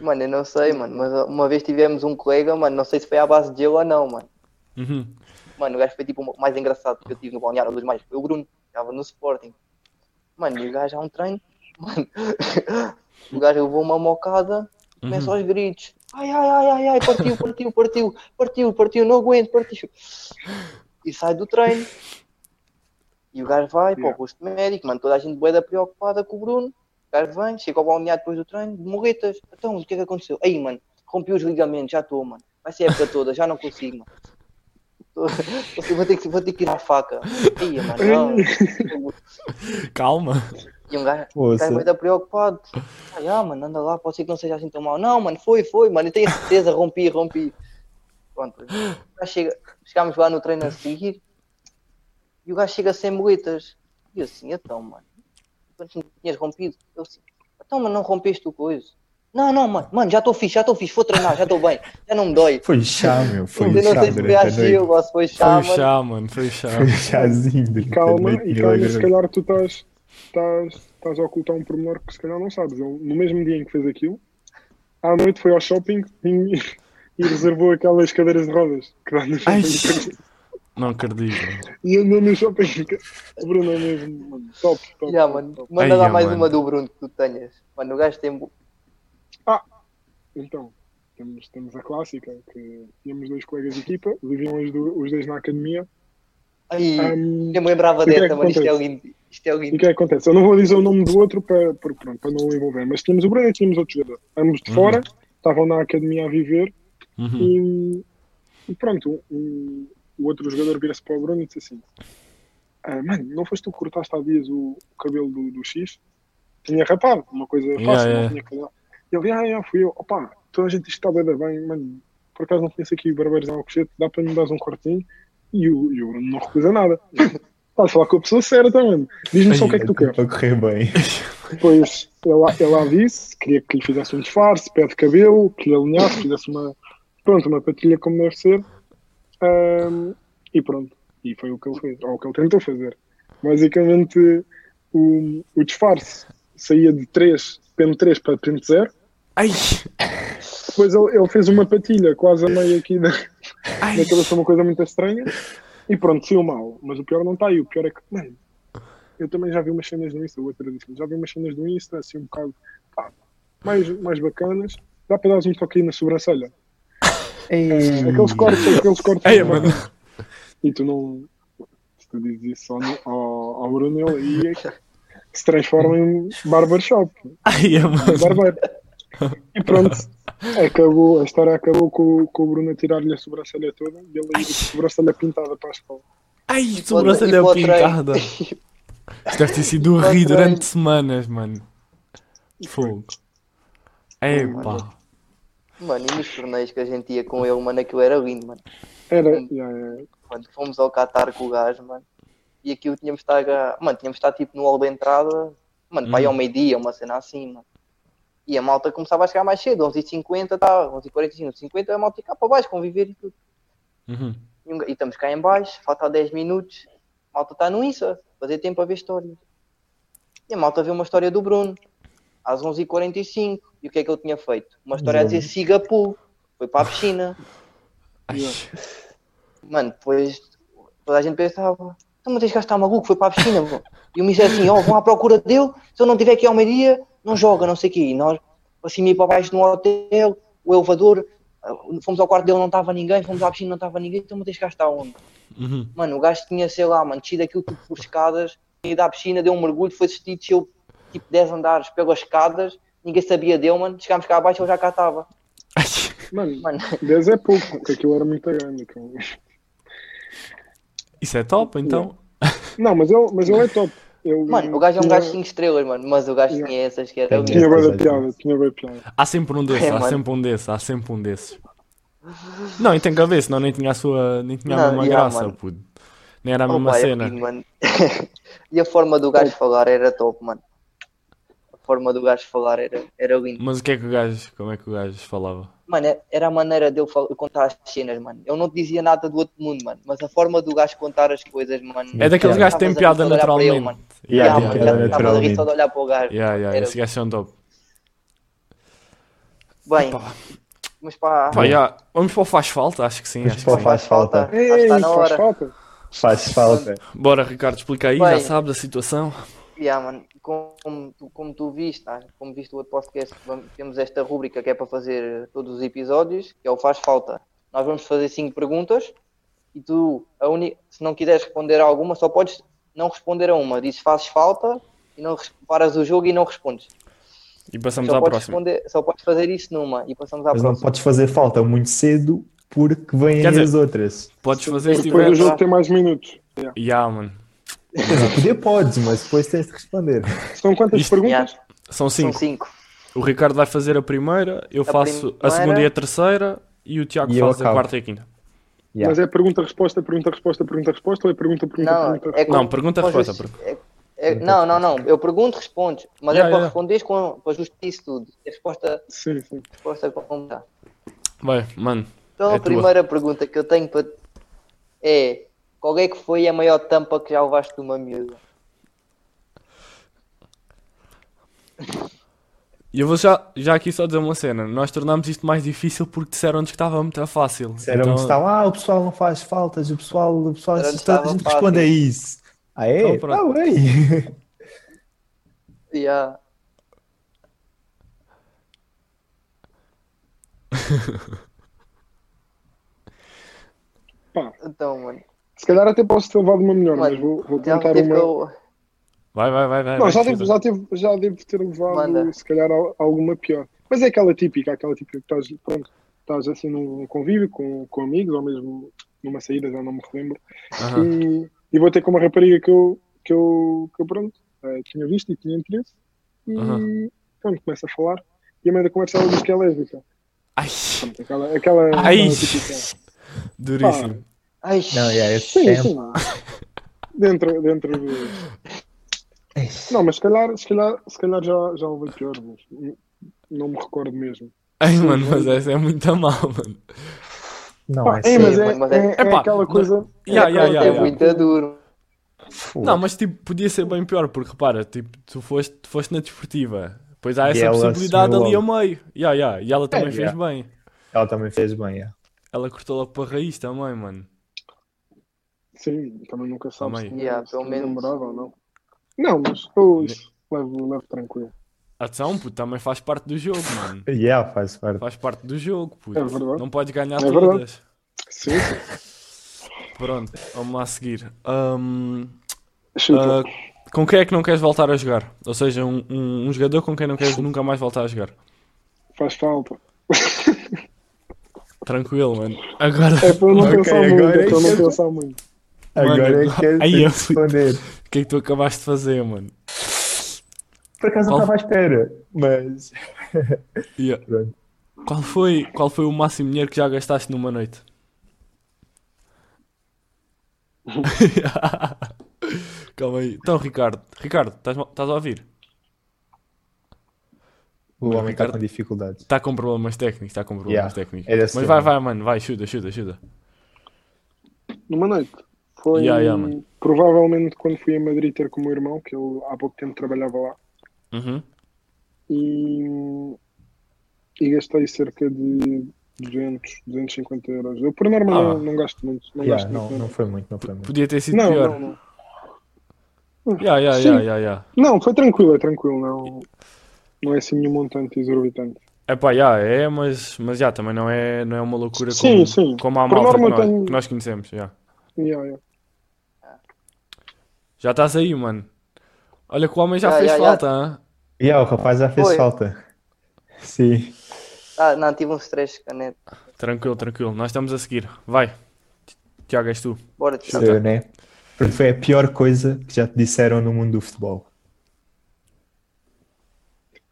Speaker 1: mano, eu não sei, mano, mas uma vez tivemos um colega, mano, não sei se foi à base de gelo ou não, mano.
Speaker 2: Uhum.
Speaker 1: Mano, o gajo foi tipo o mais engraçado que eu tive no balneário, um dos mais. Foi o Bruno, estava no Sporting. Mano, e o gajo há um treino, mano. o gajo levou uma mocada,
Speaker 2: uhum.
Speaker 1: começa aos gritos. Ai, ai, ai, ai, ai, partiu, partiu, partiu, partiu, partiu, não aguento, partiu. E sai do treino. E o gajo vai para o
Speaker 3: Yeah.
Speaker 1: posto médico, mano, toda a gente boeda preocupada com o Bruno. O gajo vem, chega ao balneário depois do treino, de morretas. Então, o que é que aconteceu? Aí, mano, rompi os ligamentos, já estou, mano. Vai ser a época toda, já não consigo, mano. Tô- tô- assim, Vou ter que, vou ter que ir à faca. Ia, mano, não.
Speaker 2: Calma.
Speaker 1: E um gajo,
Speaker 4: Ouça.
Speaker 1: Cara, vai estar preocupado. Ah, já, mano, anda lá, pode ser que não seja assim tão mal. Não, mano, foi, foi, mano, eu tenho certeza, rompi, rompi. Pronto. O gajo chega, chegámos lá no treino a seguir e o gajo chega sem boletas. E eu assim, então, mano, quando não tinhas rompido? Eu assim, então, mano, não rompeste o coisa. Não, não, mano, mano, já estou fixe, já estou fixe, vou treinar, já estou bem, já não me dói.
Speaker 4: Foi chá, meu. Foi
Speaker 1: eu não
Speaker 4: chá
Speaker 1: sei se foi a
Speaker 4: durante a
Speaker 1: Chile
Speaker 4: noite.
Speaker 1: ou se foi
Speaker 2: Foi
Speaker 1: chá,
Speaker 2: o
Speaker 1: mano.
Speaker 2: chá, mano. Foi o chá.
Speaker 4: Foi um chazinho durante
Speaker 3: Calma,
Speaker 4: a noite.
Speaker 3: e calma, se calhar tu estás, estás, estás a ocultar um pormenor que se calhar não sabes. Ele, no mesmo dia em que fez aquilo, à noite foi ao shopping e, e reservou aquelas cadeiras de rodas que dá no
Speaker 2: Ai,
Speaker 3: shopping.
Speaker 2: não acredito.
Speaker 3: E andou no shopping. O Bruno é mesmo, mano, top, top.
Speaker 1: Já, mano, manda
Speaker 2: Ai,
Speaker 1: lá
Speaker 2: já,
Speaker 1: mais
Speaker 2: mano.
Speaker 1: uma do Bruno que tu tenhas. Mano, o gajo tem. bo-
Speaker 3: Então, temos, temos a clássica, que tínhamos dois colegas de equipa, viviam os, do- os dois na academia.
Speaker 1: Ai,
Speaker 3: Ahm,
Speaker 1: Eu me lembrava
Speaker 3: E o que é
Speaker 1: dessa,
Speaker 3: que
Speaker 1: mano. Isto é
Speaker 3: acontece?
Speaker 1: lindo. Isto é
Speaker 3: E o
Speaker 1: lindo.
Speaker 3: que é que acontece? Eu não vou dizer o nome do outro para, para, pronto, para não o envolver, mas tínhamos o Bruno e tínhamos outro jogador. Ambos de
Speaker 2: Uhum.
Speaker 3: fora, estavam na academia a viver
Speaker 2: Uhum.
Speaker 3: e, e pronto, um- o outro jogador vira-se para o Bruno e disse assim: "Ah, Mano, não foste tu que cortaste há dias o, o cabelo do, do X? Tinha rapado, uma coisa fácil,
Speaker 2: Yeah, yeah.
Speaker 3: não tinha que dar. E ele, ah, yeah, fui eu, opá, toda a gente está bem, bem, mano, por acaso não conheço aqui barbeiros em Alcochete, dá para me dar um cortinho? E o, e o Bruno não recusa nada. Estás a falar com a pessoa certa, mano. Diz-me só o que é que tu queres.
Speaker 4: Para correr bem.
Speaker 3: Pois, ela, ela disse, queria que lhe fizesse um disfarce, pé de cabelo, que lhe alinhasse, fizesse uma, pronto, uma patilha como deve ser. Ahm, e pronto, e foi o que ele fez, ou o que ele tentou fazer. Basicamente, o, o disfarce saía de 3, pente 3 para pente 0.
Speaker 2: Ai,
Speaker 3: Depois ele, ele fez uma patilha quase a meio aqui da,
Speaker 2: ai.
Speaker 3: na cabeça, uma coisa muito estranha. E pronto, saiu mal. Mas o pior não está aí. O pior é que, mano, eu também já vi umas cenas no Insta, outra disse já vi umas cenas no Insta, assim um bocado pá, mais, mais bacanas. Dá para dar um toque aí na sobrancelha. Aqueles cortes, aqueles cortes.
Speaker 2: Ei, mano.
Speaker 3: E tu não. Se tu dizes isso ao, ao, ao Bruno, ele aí é que se transforma em barbershop.
Speaker 2: Ai, é, mano.
Speaker 3: Barbeiro. E pronto. Acabou, a história acabou com, com o Bruno a tirar-lhe a sobrancelha toda e ele a ir de sobrancelha pintada para a escola.
Speaker 2: Ai, sobrancelha
Speaker 1: e para o trem.
Speaker 2: pintada. Isto deve ter sido um
Speaker 1: para o
Speaker 2: rir
Speaker 1: trem.
Speaker 2: durante semanas, mano. Fogo. Epá.
Speaker 3: é
Speaker 1: Mano, e nos torneios que a gente ia com ele, mano, aquilo era lindo, mano.
Speaker 3: Era. yeah, yeah.
Speaker 1: Mano, fomos ao Qatar com o gajo, mano. E aquilo tínhamos de estar. a- Mano, tínhamos de estar tipo no hall de entrada. Mano, para aí
Speaker 3: Hum.
Speaker 1: ao meio-dia, uma cena assim, mano. E a malta começava a chegar mais cedo, 11h50, tá? 11h45, 50 a malta ia cá para baixo, conviver e tudo.
Speaker 2: Uhum.
Speaker 1: E, um ga- e estamos cá em baixo, falta 10 minutos, a malta está no Insta, fazer tempo a ver histórias. E a malta vê uma história do Bruno, às 11h45, e o que é que ele tinha feito? Uma história a dizer siga Poo. foi para a piscina.
Speaker 2: Ai,
Speaker 1: Mano, depois toda a gente pensava, "Então, mas este gajo está maluco, foi para a piscina, bro." E o Mister assim, ó, vão à procura dele, se eu não tiver aqui ao meio-dia, não joga, não sei o quê. E nós, assim, ir para baixo no hotel, o elevador, ah, fomos ao quarto dele, não estava ninguém, fomos à piscina, não estava ninguém, então, mas este gajo está onde?
Speaker 2: uhum.
Speaker 1: Mano, o gajo tinha, sei lá, mano, descido aquilo tudo por escadas, e da piscina, deu um mergulho, foi assistir, desceu tipo 10 andares pelas escadas, ninguém sabia dele, mano, chegámos cá abaixo, ele já cá estava.
Speaker 2: Ai,
Speaker 3: Mano,
Speaker 1: Mano,
Speaker 3: 10 é pouco, porque aquilo era muito grande. aquilo.
Speaker 2: Isso é top, então.
Speaker 3: Não, mas ele, mas ele é top. Ele,
Speaker 1: mano, o gajo é um
Speaker 3: tinha-
Speaker 1: gajo 5 estrelas, mano, mas o gajo
Speaker 3: Yeah.
Speaker 1: tinha essas que era.
Speaker 4: Tem
Speaker 3: Tinha bem da
Speaker 4: Exato.
Speaker 3: piada, tinha bem piada.
Speaker 2: Há sempre um desses,
Speaker 1: É,
Speaker 2: há
Speaker 1: mano.
Speaker 2: sempre um desses, há sempre um desses. Não, e tem que haver, senão nem tinha a sua. nem tinha a
Speaker 1: Não,
Speaker 2: mesma
Speaker 1: yeah,
Speaker 2: graça,
Speaker 1: mano.
Speaker 2: puto. Nem era a mesma
Speaker 1: Opa, é
Speaker 2: cena.
Speaker 1: fedido, mano. e a forma do gajo falar era top, mano. A forma do gajo falar era, era lindo.
Speaker 2: Mas o que é que o gajo. como é que o gajo falava?
Speaker 1: Mano, é- era a maneira dele fal- contar as cenas, mano. Eu não te dizia nada do outro mundo, mano. Mas a forma do gajo contar as coisas, mano.
Speaker 2: É daqueles
Speaker 4: Yeah.
Speaker 2: gajos que têm
Speaker 1: Estavas
Speaker 2: piada
Speaker 1: a olhar para ele,
Speaker 2: naturalmente.
Speaker 1: mano.
Speaker 4: Yeah,
Speaker 1: Yeah,
Speaker 4: yeah,
Speaker 1: mano,
Speaker 4: yeah,
Speaker 1: já me estava a rir
Speaker 4: naturalmente.
Speaker 1: só de olhar para o gajo.
Speaker 2: Yeah, yeah,
Speaker 1: Era-
Speaker 2: esses gajos são top.
Speaker 1: Bem, mas pá,
Speaker 2: Pá, yeah, Vamos para o faz falta? Acho que sim,
Speaker 4: Mas
Speaker 2: acho
Speaker 4: pá,
Speaker 2: que sim.
Speaker 4: faz falta.
Speaker 1: Acho que
Speaker 3: Ei,
Speaker 1: está na
Speaker 3: faz
Speaker 1: hora.
Speaker 3: falta.
Speaker 4: Faz falta.
Speaker 3: Tá
Speaker 2: Bora, Ricardo, explica aí, já
Speaker 1: Bem.
Speaker 2: sabes a situação.
Speaker 1: yeah, mano, como, como tu- como tu viste, ah, como viste o outro podcast, vamos- temos esta rúbrica que é para fazer todos os episódios, que é o Faz Falta. Nós vamos fazer cinco perguntas e tu, a uni- se não quiseres responder a alguma, só podes não responder a uma. Dizes fazes falta e não res- paras o jogo e não respondes.
Speaker 2: E passamos
Speaker 1: Só
Speaker 2: à
Speaker 1: podes,
Speaker 2: próxima.
Speaker 1: responder, só podes fazer isso numa e passamos à
Speaker 4: Mas não
Speaker 1: próxima.
Speaker 4: podes fazer falta muito cedo porque vêm
Speaker 2: Quer dizer-
Speaker 4: as outras.
Speaker 2: Podes fazer se
Speaker 3: Depois o
Speaker 2: tiveres.
Speaker 3: jogo tem mais minutos.
Speaker 2: Yeah, mano.
Speaker 4: Poder podes, mas depois tens de responder.
Speaker 3: São quantas
Speaker 2: Isto-
Speaker 3: perguntas?
Speaker 1: Yeah,
Speaker 2: São
Speaker 1: são
Speaker 2: cinco.
Speaker 1: cinco.
Speaker 2: O Ricardo vai fazer a primeira, eu faço a
Speaker 1: primeira.
Speaker 2: segunda e a terceira, e o Tiago
Speaker 4: E eu
Speaker 2: faz a
Speaker 4: acabo.
Speaker 2: quarta e a quinta.
Speaker 4: Yeah.
Speaker 3: Mas é pergunta-resposta, pergunta-resposta, pergunta-resposta ou é pergunta-pergunta,
Speaker 1: Não,
Speaker 3: pergunta
Speaker 1: é
Speaker 2: Não, pergunta,
Speaker 1: com
Speaker 2: resposta.
Speaker 1: justi-
Speaker 2: pergunta.
Speaker 1: é- é- não, não, não. Eu pergunto, respondes. Mas
Speaker 2: Yeah,
Speaker 1: é para
Speaker 2: yeah.
Speaker 1: responderes com, para justiça tudo. É resposta,
Speaker 3: Sim, sim.
Speaker 1: resposta completa.
Speaker 2: Vai, mano.
Speaker 1: Então
Speaker 2: É
Speaker 1: a
Speaker 2: tua.
Speaker 1: primeira pergunta que eu tenho para ti é qual é que foi a maior tampa que já levaste de uma miúda?
Speaker 2: E eu vou já, já aqui só dizer uma cena. Nós tornámos isto mais difícil porque disseram-nos que estava muito fácil.
Speaker 4: Disseram-me que estava, ah, o pessoal não faz faltas, o pessoal, o pessoal
Speaker 1: Era
Speaker 4: assusta, a
Speaker 1: onde
Speaker 4: gente
Speaker 1: estava
Speaker 4: responde a
Speaker 1: fácil.
Speaker 4: isso. Ah, é?
Speaker 2: Então, pronto.
Speaker 4: Tá bem.
Speaker 1: Yeah.
Speaker 3: Pá.
Speaker 1: Então, mano.
Speaker 3: Se calhar até posso ter levado uma melhor,
Speaker 1: Mano,
Speaker 3: mas vou, vou
Speaker 1: Já
Speaker 3: tentar
Speaker 1: teve
Speaker 3: uma.
Speaker 1: eu...
Speaker 2: Vai, vai, vai, vai.
Speaker 3: Não,
Speaker 2: vai,
Speaker 3: já
Speaker 2: Pedro.
Speaker 3: devo, já, devo, já devo ter levado,
Speaker 1: Manda.
Speaker 3: se calhar, al- alguma pior. Mas é aquela típica, aquela típica que estás, pronto, estás assim num convívio com, com amigos ou mesmo numa saída, já não me relembro.
Speaker 2: Aham.
Speaker 3: E, e vou ter com uma rapariga que eu, que eu, que eu pronto, eh, tinha visto e tinha interesse. E
Speaker 2: Aham.
Speaker 3: pronto, começa a falar. E a meio da conversa ela diz que é lésbica.
Speaker 2: Ai,
Speaker 3: Pronto, aquela, aquela, aquela
Speaker 2: Ai.
Speaker 3: típica.
Speaker 2: duríssimo.
Speaker 1: Ai,
Speaker 4: Não, yeah, esse
Speaker 3: Sim,
Speaker 4: tempo.
Speaker 3: sim. Dentro, dentro do. Não, mas se calhar, se calhar, se calhar já, já levei pior, mas n- não me recordo mesmo.
Speaker 2: Ai, mano, mas essa é muito mal, mano.
Speaker 4: Não,
Speaker 3: Pá,
Speaker 4: é
Speaker 3: é,
Speaker 4: sério.
Speaker 3: mas é,
Speaker 1: mano, mas é-
Speaker 3: é- é
Speaker 2: Epá,
Speaker 3: aquela
Speaker 2: mas-
Speaker 3: coisa.
Speaker 2: Yeah, yeah,
Speaker 1: é
Speaker 2: yeah, yeah.
Speaker 1: muito duro.
Speaker 4: Fogo.
Speaker 2: Não, mas tipo, podia ser bem pior, porque repara, tipo, tu foste, tu foste na desportiva. Pois há
Speaker 4: E
Speaker 2: essa
Speaker 4: ela
Speaker 2: possibilidade
Speaker 4: assumiu
Speaker 2: ali a
Speaker 4: logo. É,
Speaker 2: meio. Yeah, yeah. E ela também fez
Speaker 4: yeah.
Speaker 2: bem.
Speaker 4: Ela também fez bem, yeah.
Speaker 2: Ela cortou logo para a raiz também, mano.
Speaker 3: Sim, também nunca sabes
Speaker 2: Também.
Speaker 3: se,
Speaker 1: Yeah,
Speaker 3: se
Speaker 1: pelo
Speaker 3: é
Speaker 1: menos.
Speaker 3: namorado ou não. Não, mas eu isso, levo, levo tranquilo.
Speaker 2: Ação, puto, também faz parte do jogo, mano.
Speaker 4: Yeah, faz parte.
Speaker 2: Faz parte do jogo, puto.
Speaker 3: É verdade.
Speaker 2: Não podes ganhar
Speaker 3: É verdade.
Speaker 2: todas.
Speaker 3: Sim, sim.
Speaker 2: Pronto, vamos lá seguir. Ahm,
Speaker 3: Chuta.
Speaker 2: ah, com quem é que não queres voltar a jogar? Ou seja, um, um- um jogador com quem não queres nunca mais voltar a jogar.
Speaker 3: Faz falta.
Speaker 2: Tranquilo, mano. Agora,
Speaker 3: É para eu não
Speaker 4: Ok,
Speaker 3: pensar
Speaker 4: agora
Speaker 3: muito,
Speaker 4: é
Speaker 3: é para eu não
Speaker 4: isso.
Speaker 3: pensar muito.
Speaker 4: Agora é que queres
Speaker 2: Aí eu fui.
Speaker 4: responder.
Speaker 2: o que é que tu acabaste de fazer, mano?
Speaker 4: Por acaso não
Speaker 2: Qual-
Speaker 4: estava à espera, mas
Speaker 2: Yeah.
Speaker 4: pronto.
Speaker 2: Qual, foi, qual foi o máximo dinheiro que já gastaste numa noite? Calma aí. Então, Ricardo, Ricardo, estás, estás a ouvir?
Speaker 4: O homem está
Speaker 2: Ricardo-
Speaker 4: com dificuldades.
Speaker 2: Está com problemas técnicos, está com problemas
Speaker 4: Yeah,
Speaker 2: técnicos.
Speaker 4: é desse
Speaker 2: Mas
Speaker 4: tema.
Speaker 2: vai, vai, mano, vai, chuta, chuta, chuta.
Speaker 3: Numa noite. Foi
Speaker 2: Yeah, yeah, mano.
Speaker 3: provavelmente quando fui a Madrid ter com o meu irmão, que ele há pouco tempo trabalhava lá.
Speaker 2: Uhum.
Speaker 3: e, e gastei cerca de 200, 250 euros. Eu, por norma,
Speaker 2: Ah.
Speaker 3: não, não gasto muito. Não
Speaker 4: Yeah,
Speaker 3: gasto
Speaker 4: não,
Speaker 3: muito.
Speaker 4: não foi muito, não foi muito.
Speaker 2: Podia ter sido
Speaker 3: não,
Speaker 2: pior.
Speaker 3: não, não.
Speaker 2: Yeah, yeah,
Speaker 3: Sim.
Speaker 2: yeah, yeah, yeah.
Speaker 3: Não, foi tranquilo, é tranquilo. Não, não é assim nenhum montante exorbitante.
Speaker 2: Epá, yeah, é, mas, mas yeah, também não é, não é uma loucura
Speaker 3: Sim,
Speaker 2: como,
Speaker 3: sim.
Speaker 2: como a
Speaker 3: Por
Speaker 2: malta que
Speaker 3: norma
Speaker 2: nós,
Speaker 3: tem-
Speaker 2: que nós conhecemos. yeah.
Speaker 3: Yeah, yeah.
Speaker 2: Já estás aí, mano. Olha que o homem já
Speaker 1: Yeah,
Speaker 2: fez
Speaker 1: yeah,
Speaker 2: falta, hã?
Speaker 4: Yeah, é, o rapaz já fez
Speaker 1: Foi.
Speaker 4: falta. Sim.
Speaker 1: Ah, não, tive uns três canetas.
Speaker 2: Tranquilo, tranquilo. Nós estamos a seguir. Vai. Tiago, és tu.
Speaker 1: Bora,
Speaker 4: Sou
Speaker 1: Tiago.
Speaker 4: eu, né? Porque foi a pior coisa que já te disseram no mundo do futebol.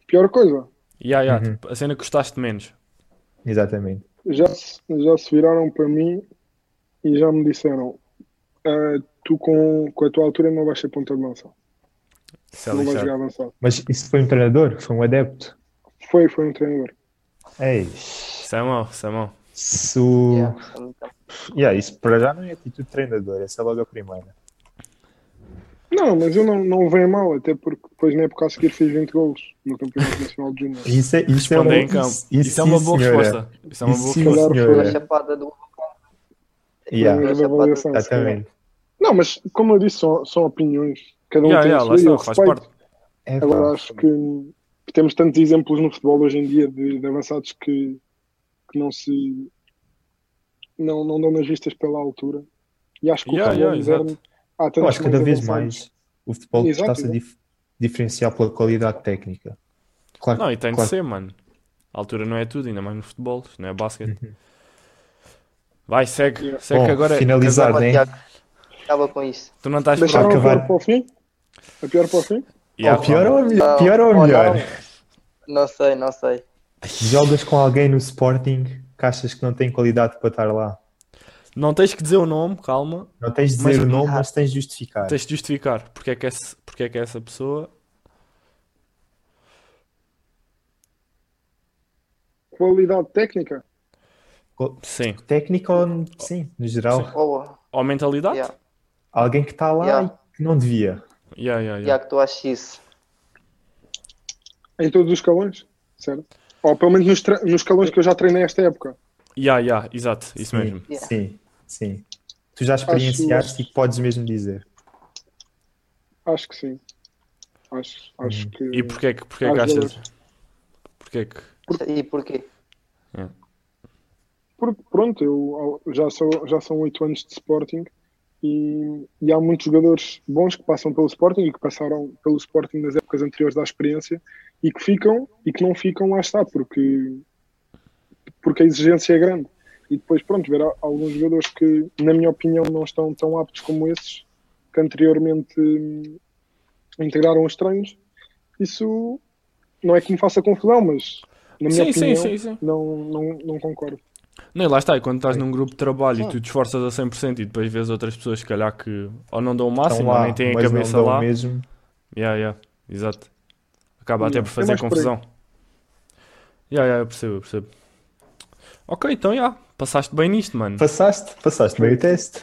Speaker 3: Pior coisa,
Speaker 2: Yeah, yeah,
Speaker 4: Uhum.
Speaker 2: tipo, a cena que gostaste menos.
Speaker 4: Exatamente.
Speaker 3: já, se- já se viraram para mim e já me disseram: "Ah, tu com, com a tua altura não vais ser ponta de lança,
Speaker 2: Isso é
Speaker 3: não vais
Speaker 2: lixado.
Speaker 3: jogar avançado.
Speaker 4: Mas isso foi um treinador? Foi um adepto?
Speaker 3: Foi, foi um treinador.
Speaker 4: Ei,
Speaker 2: Isso é mau, isso é mau.
Speaker 4: se o...
Speaker 1: Yeah, está muito bom.
Speaker 4: Yeah, isso para já não é atitude de treinador, essa é logo a primeira.
Speaker 3: Não, mas eu não, não venho mal, até porque depois na época a seguir fiz 20 gols no Campeonato Nacional de Júnior.
Speaker 4: Isso é, isso é
Speaker 2: Responder
Speaker 4: uma,
Speaker 2: em campo.
Speaker 4: Isso,
Speaker 2: Isso, é uma
Speaker 4: sim,
Speaker 2: boa
Speaker 4: senhora.
Speaker 2: resposta. Isso é uma
Speaker 4: Isso
Speaker 2: boa
Speaker 4: sim,
Speaker 2: resposta.
Speaker 3: resposta.
Speaker 1: Foi a
Speaker 4: senhora.
Speaker 1: chapada do.
Speaker 4: Yeah,
Speaker 1: Essa
Speaker 3: Mas é a avaliação, se calhar.
Speaker 4: exatamente.
Speaker 3: Não, mas como eu disse, são, são opiniões. Cada um
Speaker 2: Yeah,
Speaker 3: tem
Speaker 2: yeah,
Speaker 3: a
Speaker 2: lá está,
Speaker 3: sua e eu
Speaker 2: faz
Speaker 3: respeito.
Speaker 2: parte.
Speaker 4: É, pá.
Speaker 3: Agora acho que, que temos tantos exemplos no futebol hoje em dia de, de avançados que, que não se não, não dão nas vistas pela altura. E acho que
Speaker 2: Yeah,
Speaker 3: o futebol
Speaker 2: yeah,
Speaker 3: moderno-
Speaker 2: exato.
Speaker 3: há tantos
Speaker 4: Eu acho que cada
Speaker 3: mais
Speaker 4: vez
Speaker 3: avançados.
Speaker 4: mais o futebol
Speaker 3: Exato,
Speaker 4: está-se a dif- diferenciar pela qualidade técnica. Claro,
Speaker 2: Não, e tem de
Speaker 4: claro.
Speaker 2: ser, mano. A altura não é tudo, ainda mais no futebol, isto não é basquete.
Speaker 4: Uhum.
Speaker 2: Vai, segue,
Speaker 3: Yeah.
Speaker 2: segue
Speaker 4: Bom,
Speaker 2: é que agora.
Speaker 4: finalizar,
Speaker 2: que agora é
Speaker 4: né?
Speaker 1: Tiago. Acaba com isto.
Speaker 2: Tu não estás
Speaker 3: Deixaram
Speaker 2: pronto.
Speaker 3: a
Speaker 4: acabar.
Speaker 3: pior para o fim? A pior para o fim?
Speaker 2: Yeah,
Speaker 4: Ou Oh, pior ou, é? melhor-
Speaker 1: Ah,
Speaker 4: pior ou
Speaker 1: ou
Speaker 4: melhor?
Speaker 1: Não, não sei, não sei.
Speaker 4: Jogas com alguém no Sporting que achas que não tem qualidade para estar lá.
Speaker 2: Não tens que dizer o nome, calma.
Speaker 4: Não tens de dizer
Speaker 2: Mas-
Speaker 4: o nome, mas tens de justificar.
Speaker 2: Tens de justificar porque é que, esse, porque é que essa pessoa.
Speaker 3: Qualidade técnica?
Speaker 2: Sim.
Speaker 4: Técnica ou sim, no geral.
Speaker 1: Ou,
Speaker 2: Ou mentalidade?
Speaker 1: Oh, yeah,
Speaker 2: Yeah,
Speaker 4: Alguém que está lá
Speaker 1: Yeah.
Speaker 4: e que não devia.
Speaker 2: yeah, yeah.
Speaker 1: Tiago, tu achas isso?
Speaker 3: Em todos os escalões? Certo? Ou pelo menos nos, tra- nos escalões que eu já treinei esta época.
Speaker 2: Yeah, yeah, exato, isso
Speaker 4: Sim,
Speaker 2: mesmo.
Speaker 1: Yeah.
Speaker 4: Sim, sim. Tu já experienciaste e podes mesmo dizer.
Speaker 3: Acho que sim. Acho, acho que.
Speaker 2: Hum. E porquê é que, porquê que
Speaker 3: Às
Speaker 2: achas?
Speaker 3: vezes.
Speaker 2: Porquê é que.
Speaker 1: E porquê?
Speaker 3: Porque pronto, eu ao- já, sou, já são oito anos de Sporting e, e há muitos jogadores bons que passam pelo Sporting e que passaram pelo Sporting nas épocas anteriores da experiência e que ficam e que não ficam lá está, porque, porque a exigência é grande. E depois, pronto, ver a- alguns jogadores que, na minha opinião, não estão tão aptos como esses que anteriormente hum, integraram os treinos, isso não é que me faça confusão, mas na minha
Speaker 2: Sim, sim,
Speaker 3: opinião
Speaker 2: sim, sim.
Speaker 3: Não, não, não concordo.
Speaker 2: Não, e lá está, e quando estás num grupo de trabalho
Speaker 3: Ah.
Speaker 2: e tu te esforças a 100% e depois vês outras pessoas, se calhar, que ou não dão o
Speaker 4: Estão
Speaker 2: máximo, ou
Speaker 4: Então lá,
Speaker 2: nem têm Ah, a
Speaker 4: mas não
Speaker 2: cabeça
Speaker 4: dão
Speaker 2: lá.
Speaker 4: mesmo.
Speaker 2: Yeah, yeah, exato. Acaba
Speaker 3: Yeah,
Speaker 2: até por
Speaker 3: é
Speaker 2: fazer
Speaker 3: mais por aí.
Speaker 2: confusão. Yeah, yeah, eu percebo, eu percebo. Ok, então já. Passaste bem nisto, mano.
Speaker 4: Passaste, passaste bem o teste.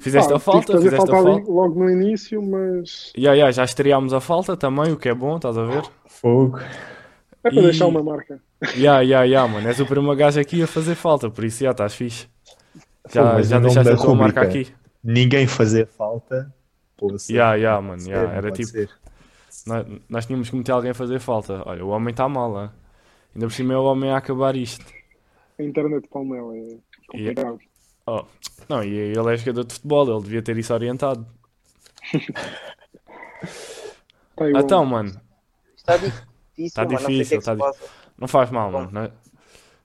Speaker 2: Fizeste
Speaker 3: Ah,
Speaker 2: a
Speaker 3: tive
Speaker 2: falta,
Speaker 3: que fazer
Speaker 2: fizeste a
Speaker 3: ali
Speaker 2: falta.
Speaker 3: logo no início, mas
Speaker 2: Yeah, yeah, já estreámos a falta também, o que é bom, estás a ver?
Speaker 4: Fogo.
Speaker 3: é para
Speaker 2: E-
Speaker 3: deixar uma marca.
Speaker 2: Yeah, yeah, yeah, mano. És o primeiro gajo aqui a fazer falta, por isso já estás fixe. Já,
Speaker 4: mas
Speaker 2: já
Speaker 4: o nome
Speaker 2: deixaste
Speaker 4: da
Speaker 2: a tua marca
Speaker 4: rubrica. é
Speaker 2: aqui.
Speaker 4: Ninguém fazer falta. Pô, sim,
Speaker 2: Yeah,
Speaker 4: não
Speaker 2: yeah,
Speaker 4: pode
Speaker 2: mano,
Speaker 4: ser,
Speaker 2: yeah,
Speaker 4: não
Speaker 2: era
Speaker 4: pode
Speaker 2: tipo-
Speaker 4: ser.
Speaker 2: Nós, nós tínhamos que meter alguém a fazer falta. Olha, o homem está mal, hã? Ainda por cima é o homem a acabar isto.
Speaker 3: A internet de Palmela é complicado.
Speaker 2: Oh, Não, e ele é jogador de futebol, ele devia ter isso orientado.
Speaker 3: Tá igual.
Speaker 2: Então, mano,
Speaker 1: Está difícil,
Speaker 2: Tá
Speaker 1: mas não sei o que é
Speaker 2: difícil,
Speaker 1: que
Speaker 2: tá
Speaker 1: se passa.
Speaker 2: não faz mal,
Speaker 1: Bom.
Speaker 2: mano. Nós,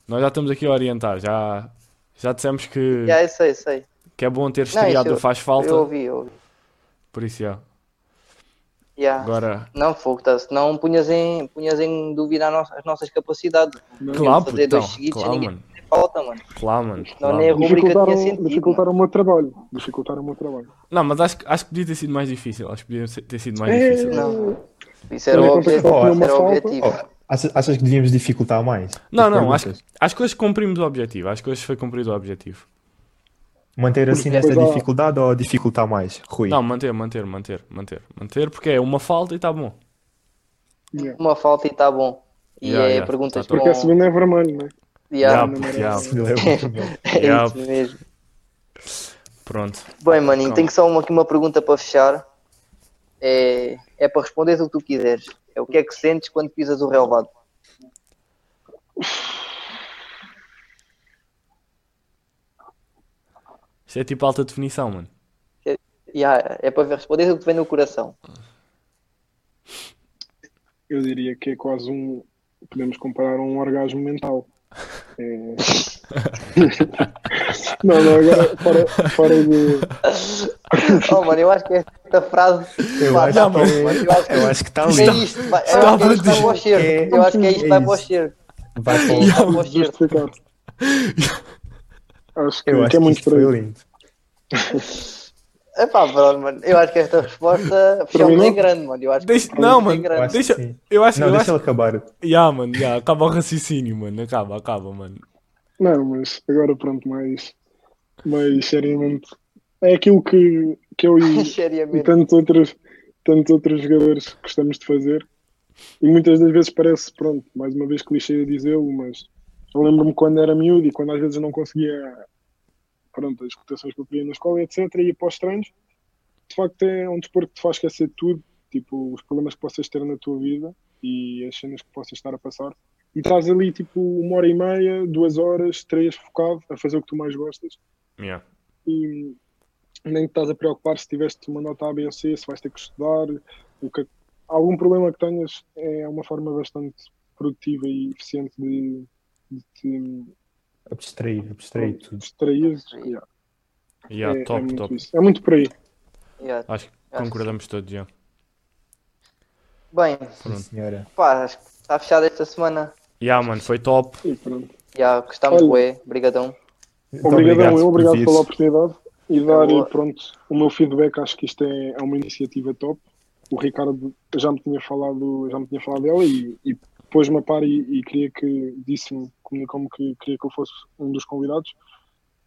Speaker 2: nós já estamos aqui a orientar, já, já dissemos que,
Speaker 1: Yeah, eu sei, eu sei.
Speaker 2: que é bom ter
Speaker 1: é- isso
Speaker 2: estreado,
Speaker 1: eu-
Speaker 2: faz falta,
Speaker 1: Eu ouvi, eu ouvi.
Speaker 2: por isso já.
Speaker 1: Yeah.
Speaker 2: Agora,
Speaker 1: Não, fogo, tá, senão punhas em, punhas em dúvida a nossa- as nossas capacidades. Não
Speaker 2: claro,
Speaker 1: iam fazer
Speaker 2: então,
Speaker 1: dois seguidos
Speaker 2: claro,
Speaker 1: e ninguém
Speaker 2: mano.
Speaker 1: fazer falta, mano.
Speaker 2: claro, mano.
Speaker 1: Não,
Speaker 2: claro,
Speaker 1: nem é
Speaker 2: mano.
Speaker 1: a rubrica tinha
Speaker 3: Dificultaram,
Speaker 1: sentido. é?
Speaker 3: dificultaram o meu trabalho. Dificultaram o meu trabalho.
Speaker 2: Não, mas acho, que- acho que podia ter sido mais difícil, acho que podia ser- ter sido mais
Speaker 3: É,
Speaker 2: difícil.
Speaker 1: Não. mano. Isso era
Speaker 3: Também
Speaker 1: o
Speaker 3: conta que
Speaker 1: objetivo.
Speaker 4: foi
Speaker 1: isso
Speaker 3: uma
Speaker 1: era o
Speaker 3: falta.
Speaker 1: objetivo.
Speaker 4: Oh, achas, achas que devíamos dificultar mais?
Speaker 2: Não,
Speaker 4: As
Speaker 2: não, acho,
Speaker 4: perguntas?
Speaker 2: acho que hoje cumprimos o objetivo, acho que hoje foi cumprido o objetivo.
Speaker 4: Manter assim nesta
Speaker 3: Pois, ó.
Speaker 4: dificuldade ou dificultar mais? Rui.
Speaker 2: Não, manter, manter, manter, manter, manter, porque é uma falta e está bom.
Speaker 3: Yeah.
Speaker 1: Uma falta e está bom. E
Speaker 2: Yeah,
Speaker 1: é
Speaker 2: yeah,
Speaker 1: perguntas
Speaker 2: tá
Speaker 3: Porque a
Speaker 1: com...
Speaker 3: segunda é vermelho, né?
Speaker 1: Yeah.
Speaker 2: Yeah,
Speaker 3: merece.
Speaker 2: yeah.
Speaker 4: Ele é muito bom.
Speaker 1: É
Speaker 2: Yeah.
Speaker 1: isso mesmo.
Speaker 2: Pronto.
Speaker 1: Bem, maninho,
Speaker 2: Calma.
Speaker 1: tenho só uma, aqui uma pergunta para fechar. É, é para responder o que tu quiseres. É o que é que sentes quando pisas o relvado?
Speaker 2: Isto é tipo alta definição, mano.
Speaker 1: Yeah, é para responder o que te vem no coração.
Speaker 3: Eu diria que é quase um. Podemos comparar a um orgasmo mental. É... não, não, agora fora, fora de.
Speaker 1: Oh, mano, eu acho que esta frase.
Speaker 4: Eu
Speaker 1: Pá,
Speaker 4: acho
Speaker 1: não,
Speaker 4: que-
Speaker 1: mano, eu acho que-
Speaker 4: Eu acho que está
Speaker 1: É
Speaker 4: ali.
Speaker 1: isto, vai- eu
Speaker 2: Está
Speaker 1: acho que é isto vai para o
Speaker 4: dizer que
Speaker 1: cheiro.
Speaker 4: é-
Speaker 1: Eu acho que é isto
Speaker 4: é
Speaker 1: vai para o
Speaker 4: isso.
Speaker 1: cheiro.
Speaker 4: Vai para
Speaker 1: É
Speaker 4: o-
Speaker 1: isto vai para o cheiro.
Speaker 3: Justificado. Acho que,
Speaker 4: Eu
Speaker 3: que
Speaker 4: acho
Speaker 3: é
Speaker 4: que
Speaker 3: muito
Speaker 4: isto
Speaker 3: por aí.
Speaker 4: foi lindo.
Speaker 1: Epá, pronto, É mano. Eu acho que esta resposta fechou bem
Speaker 3: Terminou?
Speaker 1: grande, mano. Eu acho que
Speaker 2: Deixa-
Speaker 1: fechou
Speaker 2: não,
Speaker 1: bem
Speaker 2: mano,
Speaker 1: grande.
Speaker 4: Eu acho
Speaker 2: Deixa-
Speaker 4: que sim.
Speaker 2: Eu acho,
Speaker 4: Não,
Speaker 2: eu
Speaker 4: deixa
Speaker 2: acho...
Speaker 4: ele acabar.
Speaker 2: Yeah, mano, yeah, acaba o raciocínio, mano. Acaba, acaba, mano.
Speaker 3: Não, mas agora pronto, mais, mais seriamente. É aquilo que, que eu e, e
Speaker 1: Seriamente.
Speaker 3: tantos outros, tantos outros jogadores gostamos de fazer. E muitas das vezes parece, pronto, mais uma vez clichê dizê-lo, mas eu lembro-me quando era miúdo e quando às vezes eu não conseguia pronto, as cotações que eu queria na escola, etc. E após treinos, de facto é um desporto que te faz esquecer de tudo, tipo, os problemas que possas ter na tua vida e as cenas que possas estar a passar. E estás ali, tipo, uma hora e meia, duas horas, três, focado a fazer o que tu mais gostas
Speaker 2: Yeah.
Speaker 3: e nem te estás a preocupar se tiveste uma nota A, B ou C, se vais ter que estudar, o que, algum problema que tenhas é uma forma bastante produtiva e eficiente de, de te
Speaker 4: Abstrair, abstrair tudo.
Speaker 3: distrair.
Speaker 1: Abstrair.
Speaker 2: Yeah,
Speaker 3: é, é
Speaker 2: top,
Speaker 3: muito
Speaker 2: top.
Speaker 3: isso. É muito por aí.
Speaker 1: Yeah.
Speaker 2: Acho que
Speaker 1: Acho que
Speaker 2: concordamos todos, já.
Speaker 1: Bem,
Speaker 4: Sim, senhora.
Speaker 1: pá, acho que está fechada esta semana.
Speaker 2: Yeah, mano, foi top.
Speaker 3: E pronto.
Speaker 1: Já gostámos,
Speaker 3: Olha.
Speaker 1: bué. Obrigadão.
Speaker 4: Muito
Speaker 3: Obrigadão, eu
Speaker 4: Então, por
Speaker 3: obrigado
Speaker 4: vires.
Speaker 3: pela oportunidade e dar
Speaker 1: Boa.
Speaker 3: pronto, o meu feedback. Acho que isto é, é uma iniciativa top. O Ricardo já me tinha falado, já me tinha falado dela e, e pôs-me a par e, e queria que disse-me, comunicou-me que queria que eu fosse um dos convidados.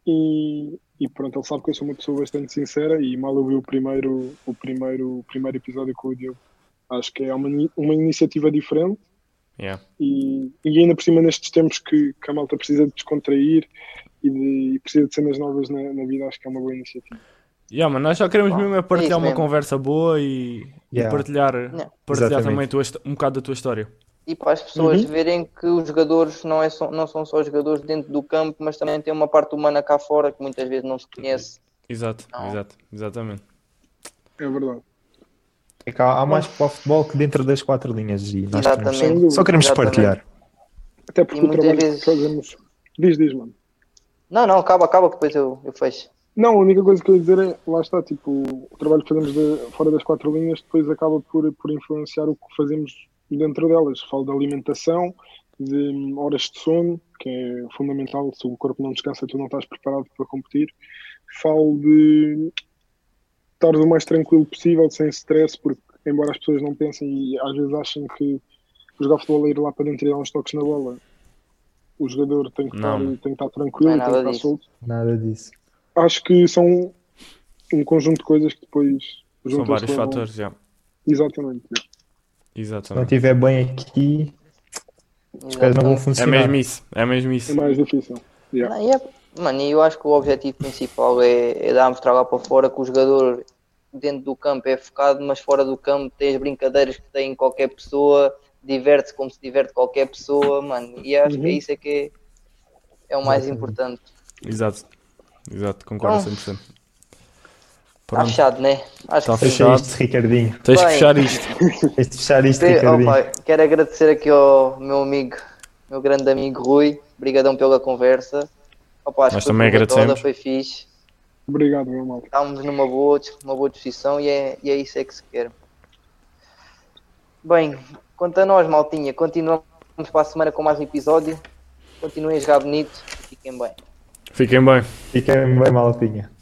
Speaker 3: E, e pronto, ele sabe que eu sou uma pessoa bastante sincera e mal ouvi o primeiro, o primeiro, o primeiro episódio com o Diogo. Acho que é uma, ini- uma iniciativa diferente
Speaker 2: Yeah.
Speaker 3: e, e ainda por cima nestes tempos que, que a malta precisa de descontrair e, de- e precisa de cenas novas na, na vida, acho que é uma boa iniciativa.
Speaker 2: Yeah, mano, nós só queremos
Speaker 1: Pá,
Speaker 2: mesmo é
Speaker 1: é isso
Speaker 2: partilhar uma
Speaker 1: mesmo.
Speaker 2: conversa boa e, e
Speaker 4: Yeah.
Speaker 2: partilhar,
Speaker 1: Yeah.
Speaker 2: partilhar
Speaker 4: Exatamente.
Speaker 2: também a tua hist- um bocado da tua história.
Speaker 1: E para as pessoas
Speaker 3: Uhum.
Speaker 1: verem que os jogadores não, é só- não são só jogadores dentro do campo, mas também tem uma parte humana cá fora que muitas vezes não se conhece.
Speaker 2: Exato,
Speaker 1: Não.
Speaker 2: exato, exatamente.
Speaker 3: É verdade.
Speaker 4: É que há, há mais para o futebol que dentro das quatro linhas e nós queremos-
Speaker 1: Exatamente.
Speaker 4: só queremos
Speaker 1: Exatamente.
Speaker 4: partilhar.
Speaker 3: Até porque
Speaker 1: E
Speaker 3: o
Speaker 1: muitas
Speaker 3: trabalho
Speaker 1: vezes-
Speaker 3: que fazemos. Diz, diz, mano.
Speaker 1: Não, não, acaba, acaba, que depois eu, eu fecho.
Speaker 3: Não, a única coisa que eu ia dizer é, lá está, tipo, o trabalho que fazemos de- fora das quatro linhas depois acaba por, por influenciar o que fazemos dentro delas. Falo de alimentação, de hum, horas de sono, que é fundamental, se o corpo não descansa, tu não estás preparado para competir. Falo de hum, estar o mais tranquilo possível, sem stress, porque embora as pessoas não pensem e às vezes achem que jogar futebol é ir lá para dentro e dar uns toques na bola, o jogador tem que,
Speaker 2: Não.
Speaker 3: estar, tem que estar tranquilo,
Speaker 1: Não é
Speaker 3: tem que
Speaker 1: nada
Speaker 3: estar
Speaker 1: disso.
Speaker 3: solto
Speaker 4: Nada disso.
Speaker 3: acho que são um conjunto de coisas que depois
Speaker 2: São
Speaker 3: juntam-se
Speaker 2: vários
Speaker 3: levam-
Speaker 2: fatores, já.
Speaker 3: Exatamente.
Speaker 4: Se não
Speaker 2: Exatamente.
Speaker 4: estiver bem aqui, os pés não
Speaker 1: Exatamente.
Speaker 4: vão
Speaker 2: É
Speaker 4: funcionar.
Speaker 2: mesmo isso, é mesmo isso.
Speaker 3: É mais difícil. Yeah.
Speaker 1: Não, e é- Mano, e eu acho que o objetivo principal é, é darmos trabalho para fora, que o jogador dentro do campo é focado, mas fora do campo tem as brincadeiras que tem qualquer pessoa, diverte-se como se diverte qualquer pessoa, mano. E acho que
Speaker 3: Uhum.
Speaker 1: é isso é que é, é o mais
Speaker 4: Exatamente.
Speaker 1: importante. Tá
Speaker 2: Exato, exato, concordo
Speaker 1: Então,
Speaker 2: 100%.
Speaker 1: Está
Speaker 2: Pronto,
Speaker 1: fechado, né? Acho
Speaker 2: Tá
Speaker 1: que sim.
Speaker 4: Fecha isto, Ricardinho.
Speaker 2: tens que
Speaker 1: Bem.
Speaker 2: fechar isto.
Speaker 4: Tens de fechar isto,
Speaker 1: Te-
Speaker 4: Ricardinho.
Speaker 1: opa, quero agradecer aqui ao meu amigo, meu grande amigo Rui. Obrigadão pela conversa. Opa, acho
Speaker 2: Nós
Speaker 1: que foi
Speaker 2: também
Speaker 1: porra toda,
Speaker 2: agradecemos.
Speaker 1: Foi fixe.
Speaker 3: Obrigado, meu mal.
Speaker 1: estamos numa boa, dis- uma boa disposição e é, e é isso é que se quer. Bem, quanto a nós, maltinha, continuamos para a semana com mais um episódio. Continuem a jogar bonito, fiquem bem.
Speaker 2: Fiquem bem.
Speaker 4: Fiquem bem, maltinha.